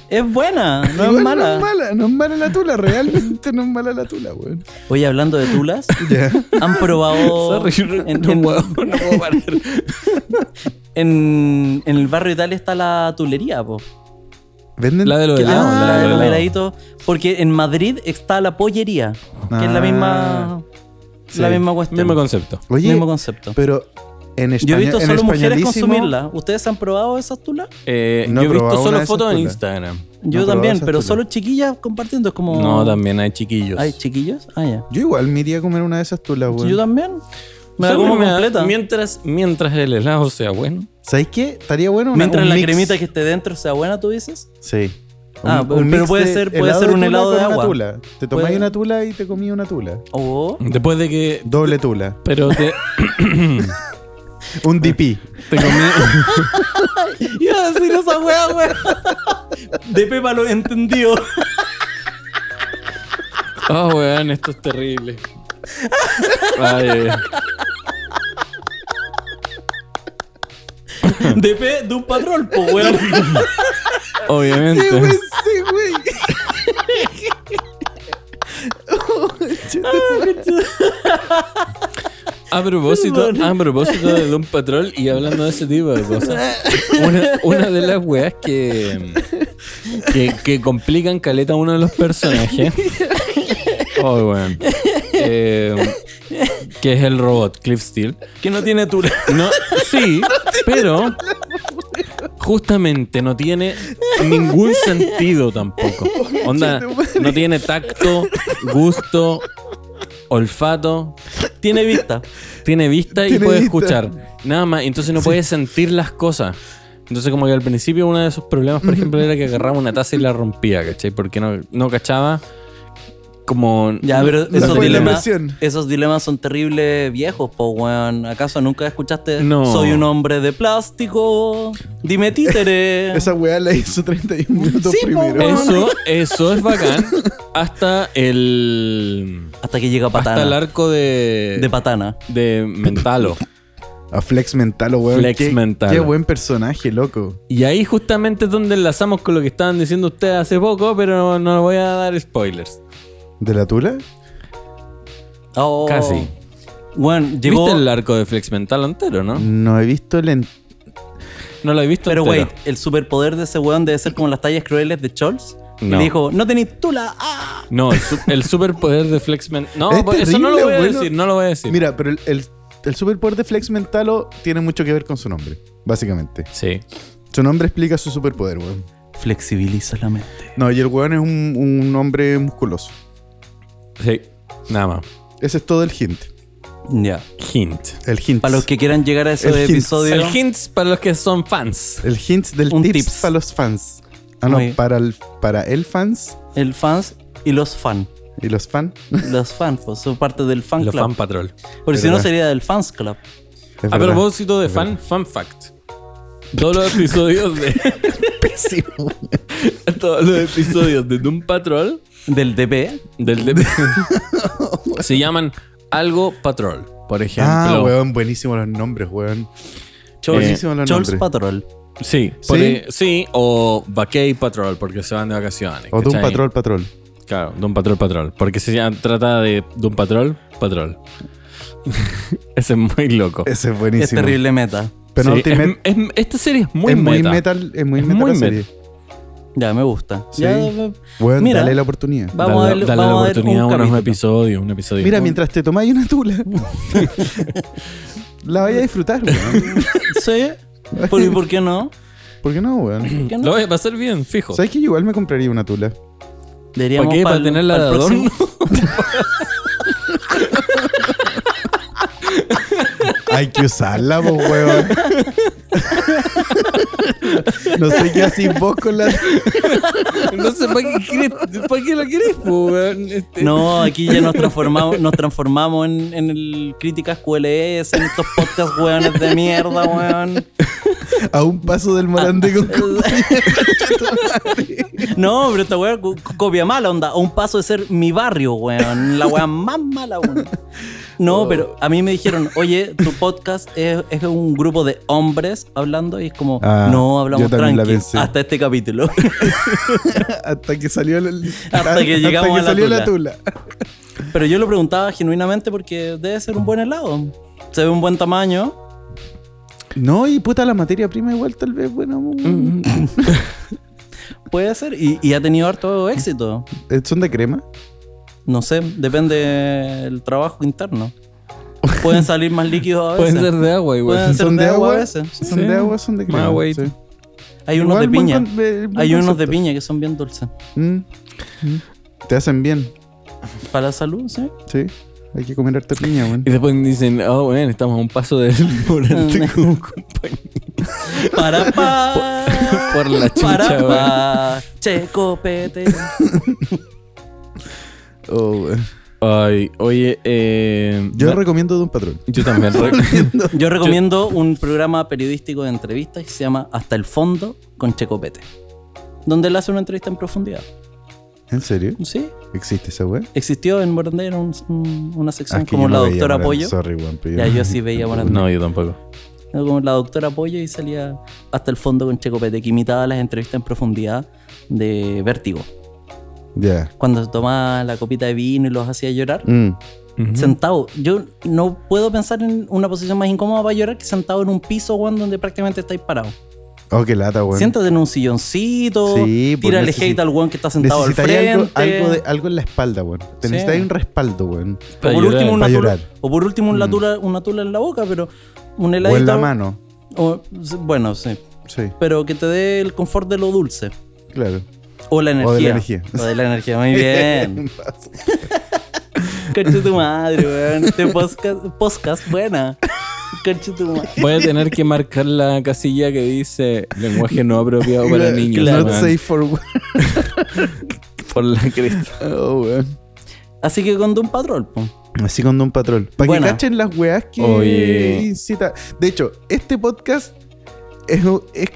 S3: Es buena, no
S2: Igual
S3: es mala.
S2: No es mala, no es mala la tula, realmente no es mala la tula, weón.
S3: Oye, hablando de tulas,
S2: Ya.
S3: han probado
S1: Sorry,
S3: en,
S1: no
S3: en-
S1: puedo- no puedo parar.
S3: en- en el barrio Italia está la tulería, po.
S2: ¿Venden?
S1: La de los
S3: Que-
S1: helados,
S3: ah,
S1: la de
S3: los
S1: los helados.
S3: heladitos. Porque en Madrid está la pollería, que es
S2: Ah,
S3: la misma,
S2: sí.
S3: la misma cuestión,
S1: Mismo concepto.
S2: Oye,
S3: mismo concepto.
S2: pero en España.
S3: Yo he visto
S2: en
S3: solo mujeres
S2: españolísimo-
S3: consumirla. ¿Ustedes han probado esas tulas?
S1: Eh,
S2: No he
S1: yo he visto
S2: probado una
S1: solo
S2: de esas
S1: fotos en
S2: tulas.
S1: Instagram.
S3: Yo
S2: he probado
S3: también,
S2: esas
S3: pero
S2: tulas.
S3: solo chiquillas compartiendo. Es como.
S1: No, también hay chiquillos.
S3: Oh. ¿Hay chiquillos? Ah, ya.
S2: Yo igual me iría a comer una de esas tulas, weón.
S3: Yo también. Me la
S1: Solo
S3: como
S1: me da-
S3: completa.
S1: Mientras, mientras el helado sea bueno.
S2: ¿Sabéis qué? Estaría bueno una,
S3: Mientras
S2: un
S3: la
S2: mix.
S3: cremita que esté dentro sea buena, tú dices.
S2: Sí.
S3: Ah, pero
S2: mix
S3: puede
S2: de
S3: ser- puede ser
S2: de
S3: un
S2: tula
S3: helado
S2: con
S3: de
S2: una
S3: agua.
S2: tula. Te tomáis
S3: Puede-
S2: una tula y te comí una tula.
S3: O.
S1: Después de que.
S2: Doble tula.
S1: Pero te,
S2: Un DP.
S1: te comí.
S3: Iba a decir esa weá, weá. De Pepa lo entendió.
S1: Oh, weón, esto es terrible. Ay, eh, ay, ay.
S3: De P de un patrol, po, weón.
S1: Obviamente.
S3: pues,
S2: sí, güey.
S1: A propósito, a propósito de Doom Patrol y hablando de ese tipo de cosas, una, una de las weas que, que, que complican caleta a uno de los personajes, oh, weón, eh, que es el robot Cliff Steele,
S3: Que no tiene tula.
S1: no, sí, pero justamente no tiene ningún sentido tampoco.
S3: Oh,
S1: Onda, no tiene tacto, gusto, olfato,
S3: Tiene vista.
S1: tiene vista y
S2: Tiene
S1: puede
S2: vista.
S1: escuchar. Nada más, entonces no puede sentir las cosas. Entonces, como que al principio uno de sus problemas, por ejemplo, era que agarraba una taza y la rompía, ¿cachai? Porque no, no cachaba como...
S3: Ya, pero
S2: La
S3: esos
S2: fue la
S3: dilemas,
S2: versión.
S3: esos dilemas son terribles viejos, po, weón. ¿Acaso nunca escuchaste?
S1: No.
S3: Soy un hombre de plástico. Dime títere.
S2: Esa weá la hizo 31 minutos
S3: Sí, po,
S2: primero.
S3: weón.
S1: Eso, eso es bacán. Hasta el...
S3: Hasta que llega
S1: Hasta el
S3: patana.
S1: arco de...
S3: De patana.
S1: de Mentalo.
S2: A Flex Mentalo, weón.
S1: Flex
S2: Qué-
S1: Mentalo.
S2: Qué buen personaje, loco.
S1: Y ahí justamente es donde enlazamos con lo que estaban diciendo ustedes hace poco, pero no, no voy a dar spoilers.
S2: ¿De la tula?
S3: Oh.
S1: Casi.
S3: Weón, llegó. Mm.
S1: ¿Viste el arco de Flex Mental entero, no?
S2: No he visto el. en-
S1: No lo he visto
S3: Pero,
S1: entero.
S3: wait, el superpoder de ese weón debe ser como las tallas crueles de Chols.
S1: No.
S3: Y dijo, no tenéis tula. ¡Ah!
S1: No, el, su- el superpoder de Flexman. No,
S2: Es
S1: pues, eso no lo voy
S2: terrible,
S1: a
S2: bueno.
S1: decir, no lo voy a decir.
S2: Mira, pero el, el, el superpoder de Flex Mentalo tiene mucho que ver con su nombre, básicamente.
S1: Sí.
S2: Su nombre explica su superpoder, weón.
S3: Flexibiliza la mente.
S2: No, y el weón es un, un hombre musculoso.
S1: Sí. Nada más.
S2: Ese es todo el hint.
S3: Ya.
S1: Hint.
S2: El hint.
S3: Para los que quieran llegar a esos
S2: El hint.
S3: episodios.
S1: El hint para los que son fans.
S2: El hint del
S3: Un
S2: tips,
S3: tips.
S2: para los fans. Ah, no,
S3: Muy-
S2: para el, para el fans
S3: El fans y los fan.
S2: y los fan.
S1: Ah,
S3: Los fans, pues, son parte del fan
S1: Los
S3: club.
S1: fan patrol.
S3: Porque si no
S2: verdad.
S3: sería del fans club.
S2: Es
S1: A
S2: verdad.
S1: propósito de fan, fan fact. Todos los episodios de.
S2: Pésimo.
S1: todos los episodios de Doom Patrol.
S3: Del DP.
S1: Del de- se llaman Algo Patrol. Por ejemplo. Eh,
S2: Ah, weón, buenísimo los nombres, weón.
S3: Chols,
S2: Buenísimo los
S3: Chols
S2: nombres.
S3: Patrol.
S1: Sí, por
S2: ¿Sí?
S1: e- sí, o Vacay Patrol, porque se van de vacaciones.
S2: O de un
S1: ¿cachai?
S2: patrol, patrol.
S1: Claro, Don Patrol Patrol. Porque se llama- trata de Don Patrol Patrol. Ese es muy loco.
S2: Ese es
S3: Es
S2: buenísimo.
S3: terrible meta.
S1: Sí,
S2: Penultimate-
S1: es- es- esta serie es muy
S2: es muy
S1: meta.
S2: metal, es muy
S1: Es
S2: metal
S1: muy
S2: la
S1: meta.
S2: serie.
S3: Ya, me gusta.
S2: Sí.
S3: Ya, eh,
S2: Weón,
S3: Mira.
S2: dale la oportunidad.
S3: Va- Vamos a
S1: Dale-
S3: ver-
S1: dale
S3: vamos a
S1: la
S3: ver
S1: oportunidad
S3: un
S1: a unos
S3: capítulo.
S1: episodios, un episodio.
S2: Mira, mientras te tomáis una tula, la vaya a disfrutar, weón.
S3: sí. ¿Por, y ¿Por qué no?
S2: ¿Por qué no, weón?
S3: ¿Por qué no?
S1: Lo voy a pasar bien, fijo.
S2: ¿Sabes que yo igual me compraría una tula?
S3: Deberíamos
S1: ¿Para qué? ¿Para
S3: el-
S1: tenerla
S3: para
S1: de
S3: el
S1: adorno?
S3: próximo-
S2: Hay que usarla, po, weón. No sé qué haces vos con la.
S1: Entonces, ¿para qué, quieres, ¿para qué la querés, po, weón? Este-
S3: No, aquí ya nos transformamos, nos transformamos en, en el críticas QLS, en estos podcasts weones de mierda, weón.
S2: A un paso del morante con.
S3: No, pero esta weá co- copia mala, onda. A un paso de ser mi barrio, weón. La weá más mala, weón. No, pero a mí me dijeron, oye, tu podcast es, es un grupo de hombres hablando y es como,
S2: Ah,
S3: no
S2: yo
S3: hablamos
S2: también la
S3: tranqui
S2: pensé.
S3: hasta este capítulo.
S2: hasta que salió la,
S3: Hasta que llegamos a la
S2: salió
S3: tula.
S2: la tula.
S3: pero yo lo preguntaba genuinamente porque debe ser un buen helado. Se ve un buen tamaño.
S2: No, y puta, la materia prima igual tal vez, bueno, mm,
S3: Mm-hmm. Puede ser, y, y ha tenido harto éxito.
S2: eh, son de crema.
S3: No sé, depende del trabajo interno. Pueden salir más líquidos a veces.
S1: Pueden ser de agua igual.
S3: Pueden ser
S2: Son
S3: de
S2: de
S3: agua a
S2: agua,
S3: veces.
S2: son
S1: Sí.
S2: de agua, son de
S1: Más
S2: crema.
S1: agüita.
S2: sí.
S3: Hay unos
S2: Igual
S3: de
S2: buen
S3: piña.
S2: con- eh, buen
S3: Hay unos de
S2: concepto.
S3: piña que son bien dulces.
S2: Mm, mm. Te hacen bien,
S3: Para la salud, sí.
S2: sí. Hay que comer harta piña, weón.
S1: Y después dicen, oh, bueno, estamos a un paso de morirte como compañía.
S3: Para pa.
S1: Por la chucha,
S3: Para
S1: weón.
S3: pa. Che, copete.
S2: Oh, weón.
S1: Ay, oye, eh,
S2: Yo
S1: na-
S2: recomiendo Don Patrón.
S1: yo también. re-
S3: Yo recomiendo un programa periodístico de entrevistas que se llama Hasta el Fondo con Che Copete. Donde él hace una entrevista en profundidad.
S2: ¿En serio?
S3: ¿Sí?
S2: ¿Existe esa weá?
S3: Existió en Morandé era un- un- una
S2: Ah,
S3: sección
S2: es que
S3: como
S2: yo
S3: la
S2: no veía
S3: doctora
S2: Morandé,
S3: Pollo.
S2: Sorry, weón, pero
S3: Ya,
S2: no-
S3: yo sí veía Morandé.
S1: No, yo tampoco.
S3: Era como la doctora Pollo y salía hasta el fondo con Checopete, que imitaba las entrevistas en profundidad de Vértigo.
S2: Ya.
S3: Cuando se tomaba la copita de vino y los hacía llorar,
S2: Mm.
S3: sentado. Yo no puedo pensar en una posición más incómoda para llorar que sentado en un piso, weón, donde prácticamente estáis parados.
S2: Oh, qué lata, weón.
S3: Siéntate en un silloncito,
S2: Sí, pues
S3: tírale
S2: necesi-
S3: hate al weón que está sentado al
S2: Necesitáis
S3: frente.
S2: algo, algo, de- algo en la espalda, weón. Te
S3: Sí.
S2: necesitáis un respaldo, weón.
S3: o,
S1: Para
S3: por
S1: llorar,
S3: último, una
S2: para
S3: tula,
S2: llorar. Mm.
S3: o por último una tula, una tula en la boca, pero un heladito.
S2: O en la mano.
S3: o- bueno, sí.
S2: Sí,
S3: Pero que te dé el confort de lo dulce.
S2: claro.
S3: O la energía.
S2: O de la energía.
S3: O de la energía, muy bien. Concha tu madre, weón. Este podcast, podcast buena. Concha tu madre.
S1: Voy a tener que marcar la casilla que dice lenguaje no apropiado para niños.
S2: Not
S1: weón.
S2: safe for work.
S1: Por la cresta.
S2: Oh, weón.
S3: Así que con Doom Patrol, po.
S2: Así con Don Patrol. Para que
S3: Buena.
S2: cachen las weas que
S1: Oye.
S2: incita. De hecho, este podcast es, un- es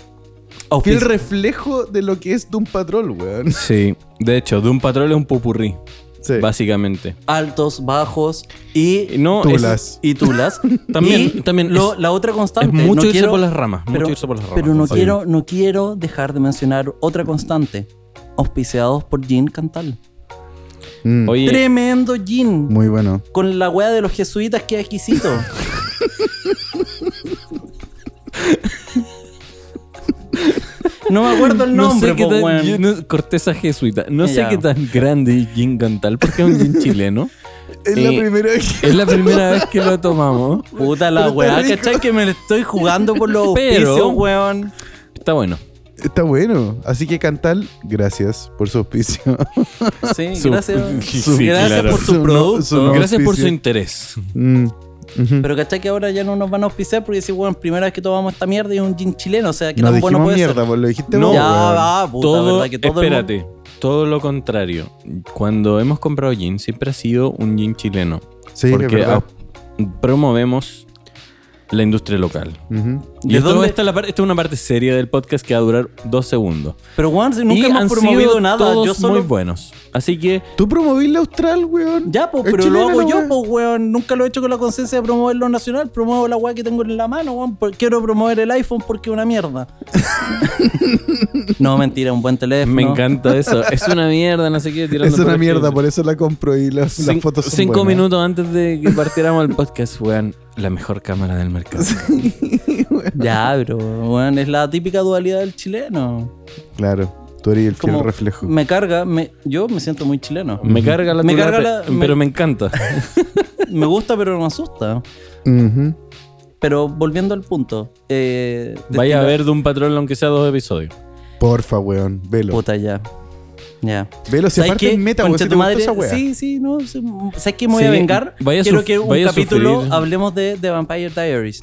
S2: fiel
S3: Auspici-
S2: reflejo de lo que es Doom Patrol, weón.
S1: Sí. De hecho, Doom Patrol es un pupurrí,
S2: Sí.
S1: básicamente.
S3: Altos, bajos y,
S1: No, es-
S2: Tulas.
S3: y tulas.
S1: También-
S3: Y
S1: también
S3: lo-
S1: es-
S3: la otra constante.
S1: Es mucho
S3: no
S1: irse
S3: quiero-
S1: por las ramas.
S3: pero,
S1: mucho irse por las ramas.
S3: pero no,
S1: Sí.
S3: quiero, no quiero dejar de mencionar otra constante. Auspiciados por Gin Cantal.
S2: Mm,
S1: Oye,
S3: Tremendo Gin.
S2: Muy bueno.
S3: Con la weá de los jesuitas queda exquisito. No me acuerdo el
S1: no
S3: nombre,
S1: sé qué
S3: po,
S1: tan.
S3: weón.
S1: yo no- Corteza jesuita. No sé
S3: Ya.
S1: qué tan grande y gin cantal, porque es un gin chileno.
S2: Es
S1: la
S2: la
S1: Eh,
S2: primera vez
S1: Es la primera vez que lo tomamos.
S3: Puta la
S2: Pero
S3: weá,
S2: está rico.
S3: ¿cachai? Que me la estoy jugando por los
S1: Pero-
S3: auspicios, weón.
S1: Está bueno.
S2: Está bueno. Así que Cantal, gracias por su auspicio.
S3: Sí,
S1: Su-
S3: gracias.
S1: Sí,
S3: gracias
S1: claro.
S3: por
S2: Su
S3: tu
S2: no-
S3: producto.
S2: su no-
S1: Gracias por
S2: auspicio.
S1: su interés.
S2: Mm, ujú.
S3: Pero ¿cachai? Que ahora ya no nos van a auspiciar porque decís, weón, primera vez que tomamos esta mierda y es un gin chileno. O sea, que
S2: No
S3: tan
S2: dijimos
S3: bueno pues, puede
S2: mierda,
S3: ser.
S2: vos lo dijiste
S1: No,
S2: vos,
S3: ya
S2: weón.
S3: va, puta,
S1: todo,
S3: verdad que todo el
S1: espérate, todo lo contrario. Cuando hemos comprado gin, siempre ha sido un gin chileno.
S2: Sí, es
S1: porque
S2: verdad.
S1: ah, promovemos la industria local.
S2: Ujú.
S1: Y
S3: ¿De
S1: esto-
S3: dónde-
S1: Esta, es la par- esta es una parte seria del podcast que va a durar dos segundos.
S3: Pero weón, si
S1: Y
S3: nunca
S1: han
S3: hemos promovido
S1: sido
S3: nada.
S1: todos
S3: Yo solo
S1: muy buenos. Así que
S2: Tú promoví la Austral, weón.
S3: Ya, pues,
S2: Es
S3: pero lo
S2: chilena
S3: hago
S2: la
S3: yo,
S2: weá.
S3: pues, weón. Nunca lo he hecho con la conciencia de promover lo nacional. Promuevo la weá que tengo en la mano, weón. Por- Quiero promover el iPhone porque es una mierda. no, mentira, un buen teléfono.
S1: me encanta eso. Es una mierda, no sé qué. tirando
S2: Es una
S1: el
S2: mierda,
S1: Twitter.
S2: por eso la compro y las, las
S1: Cin-
S2: fotos son
S1: Cinco
S2: buenas.
S1: minutos antes de que partiéramos el podcast, weón. La mejor cámara del mercado.
S3: Ya, pero, weón, es la típica dualidad del chileno.
S2: Claro, tú eres el fiel
S3: Como
S2: reflejo.
S3: me carga, me, yo me siento muy chileno.
S1: Me carga la
S3: Me
S1: tula,
S3: carga
S1: pe-
S3: la-
S1: pero me encanta.
S3: Me gusta, pero me asusta.
S2: Ujú.
S3: Pero volviendo al punto. eh,
S1: Vaya a
S3: destino-
S1: ver de un patrón aunque sea dos episodios.
S2: Porfa, weón, velo.
S3: Puta, ya. Ya.
S2: Velo, si
S3: ¿Sabes
S2: aparte
S3: qué?
S2: es meta, weón,
S3: Concha
S2: si
S3: tu
S2: te gusta
S3: madre,
S2: esa weá.
S3: Sí, sí, no. sí, ¿Sabes qué me voy a
S1: Sí,
S3: vengar?
S1: vaya a
S3: Quiero
S1: suf-
S3: que un
S1: vaya a
S3: capítulo
S1: sufrir.
S3: hablemos de, de Vampire Diaries.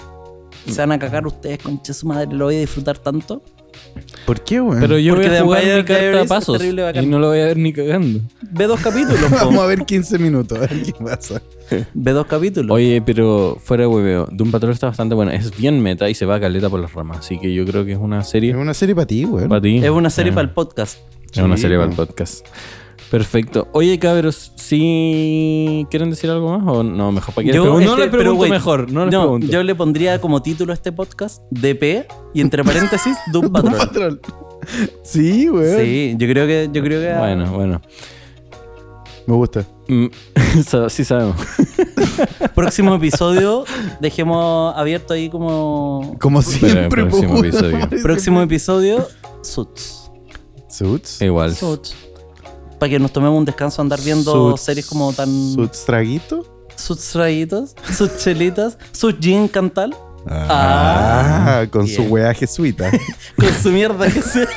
S3: Se van a cagar ustedes, concha su madre, lo voy a disfrutar tanto.
S2: ¿Por qué, weón?
S1: Pero yo
S3: Porque
S1: voy a
S3: The
S1: jugar
S3: Vampire
S1: mi carta a
S3: Diaries es
S1: pasos
S3: terrible bacán.
S1: y no lo voy a ver ni cagando.
S3: Ve dos capítulos, po.
S2: Vamos a ver 15 minutos, a ver qué pasa.
S3: Ve dos capítulos.
S1: Oye, pero fuera de hueveo, Doom Patrol está bastante buena. Es bien meta y se va a caleta por las ramas. Así que yo creo que es una
S2: Es
S1: serie
S2: una serie para ti, weón.
S1: para ti.
S3: es una serie
S1: Sí.
S3: para el podcast.
S1: Es una
S2: Sí,
S1: serie para el
S2: po.
S1: podcast. Perfecto. Oye, cabros, ¿sí quieren decir algo más o no? Mejor para que
S3: Yo,
S1: no
S3: este,
S1: les pregunto
S3: pero wait,
S1: mejor, no les
S3: no,
S1: pregunto.
S3: Yo le pondría como título a este podcast DP y entre paréntesis Doom Patrol.
S2: Patrol. Sí, weón.
S3: sí, yo creo que yo creo que
S1: Bueno, bueno.
S2: Me gusta.
S1: Mm, sa- sí sabemos.
S3: próximo episodio dejemos abierto ahí como
S2: Como siempre,
S1: el próximo
S2: po, weón.
S1: episodio.
S3: próximo Eh, episodio Suits.
S2: Suits.
S1: Igual.
S3: Suits. Para que nos tomemos un descanso andar viendo
S2: Suits-
S3: series como tan
S2: Suits traguito.
S3: sus rayitos, sus chelitas, sus jean cantal,
S2: Ah, con su
S3: bien.
S2: weá jesuita.
S3: con su mierda que sea.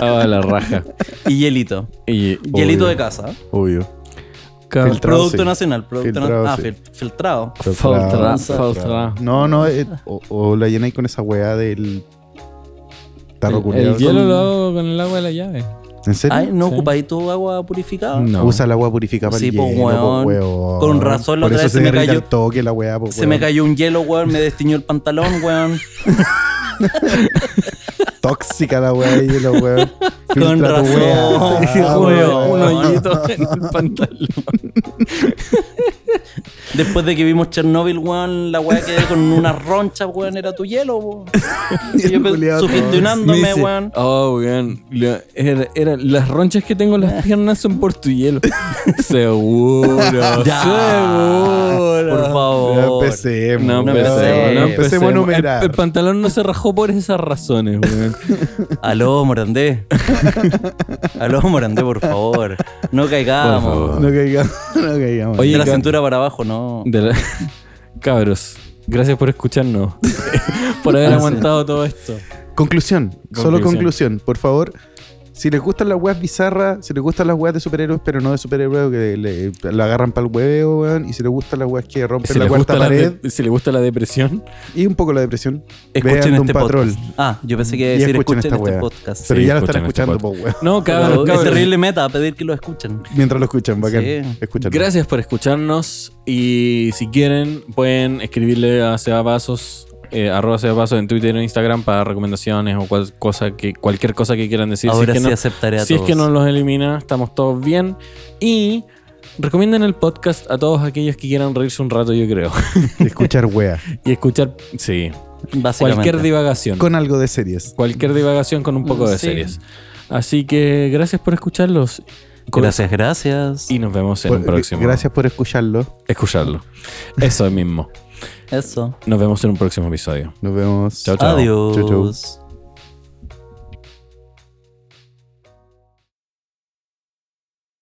S1: Ah, la raja.
S3: Y hielito.
S1: Y,
S3: Hielito
S2: Obvio.
S3: de casa.
S2: Obvio.
S1: Cab-
S2: Filtrado,
S3: producto
S2: sí.
S3: nacional, producto
S2: Filtrado,
S3: nacional.
S2: sí.
S3: Ah, fil- filtrado.
S1: Faltará,
S3: Filtrado.
S1: faltará.
S2: No, no, eh, o, o la llenáis con esa weá del tarro
S1: El,
S2: culiao.
S1: el hielo lo hago con el agua de la llave.
S2: ¿En serio?
S3: Ay, ¿no
S1: Sí.
S3: ocupáis tu agua purificada?
S1: No.
S2: Usa el agua purificada para
S3: Sí,
S2: el
S3: po,
S2: hielo, po,
S3: weón.
S2: weón.
S3: Con razón la
S2: Por eso
S3: otra vez
S2: se,
S3: se me
S2: derrite
S3: cayó-
S2: al toque la weá, po,
S3: Se
S2: weón.
S3: me cayó un hielo, weón, me destiñó el pantalón, weón.
S2: Tóxica la weá de hielo, weón.
S3: Con
S2: Filtra tu Ah,
S3: razón,
S1: Ah,
S2: weá.
S3: weón.
S1: Un hoyito en el pantalón.
S3: Después de que vimos Chernobyl, weón, la weá quedé con una roncha, weón, era tu hielo, weón. Y yo
S2: Culeado,
S1: Me
S3: sugestionándome,
S1: dice,
S3: weón.
S1: Oh, weón. la- Era, era- las ronchas que tengo en las piernas son por tu hielo. seguro.
S3: Ya.
S1: Seguro.
S3: Por
S2: No
S3: favor.
S2: empecemos.
S1: No
S3: No
S1: empecemos.
S3: empecemos, Em,
S1: no empecemos.
S2: a
S1: El,
S2: numerar.
S1: el pantalón no se rajó por esas razones, weón.
S3: Aló, Morandé. Aló, Morandé, por favor. No caigamos.
S1: Por favor.
S2: No caigamos, no caigamos.
S1: Oye,
S3: De la
S1: Can-
S3: cintura para abajo, no.
S1: De la- Cabros, gracias por escucharnos. por haber
S2: Ah, sí.
S1: aguantado todo esto.
S2: Conclusión, solo
S1: Conclusión.
S2: conclusión, por favor. Si les gustan las weas bizarras, si les gustan las weas de superhéroes, pero no de superhéroes que le, lo agarran para el hueveo, weón. Y si les gustan las weas que rompen
S1: Si
S2: la
S1: les, gusta
S2: cuarta
S1: la
S2: pared
S1: de- si les gusta la depresión,
S2: y un poco la depresión,
S3: Escuchen
S2: vean Doom
S3: este
S2: Patrol.
S3: podcast. Ah, yo pensé que
S2: Y
S3: iba a decir
S2: escuchen
S3: escuchen,
S2: esta
S3: este
S2: wea.
S3: podcast.
S2: Pero
S1: Sí,
S2: ya lo están
S1: escuchen
S2: escuchando,
S1: este
S2: po, weón.
S1: no, cabros,
S3: Pero es
S1: cabros.
S3: terrible meta pedir que lo escuchen.
S2: Mientras lo escuchan, bacán.
S3: Sí.
S2: Escúchanlo.
S1: Gracias por escucharnos y si quieren pueden escribirle a Seba Vasos, eh, arroba Seba Vasos en Twitter e Instagram para recomendaciones o cual- cosa que, cualquier cosa que quieran decir.
S3: Ahora
S1: si
S3: sí,
S1: es que,
S3: aceptaré
S1: no,
S3: a
S1: si es
S3: todos.
S1: que no los elimina, estamos todos bien. Y recomienden el podcast a todos aquellos que quieran reírse un rato, yo creo.
S2: Escuchar wea.
S1: y escuchar, sí,
S3: Básicamente.
S1: cualquier divagación.
S2: Con algo de series.
S1: Cualquier divagación con un poco de
S3: Sí.
S1: series. Así que gracias por escucharlos.
S3: Gracias, gracias.
S1: Y nos vemos en
S2: Por-
S1: un próximo.
S2: Pues, gracias por escucharlo.
S1: Escucharlo. Eso mismo.
S3: Eso.
S1: Nos vemos en un próximo episodio.
S2: Nos vemos.
S1: Chao, chao.
S3: Adiós.
S2: Chau, chau.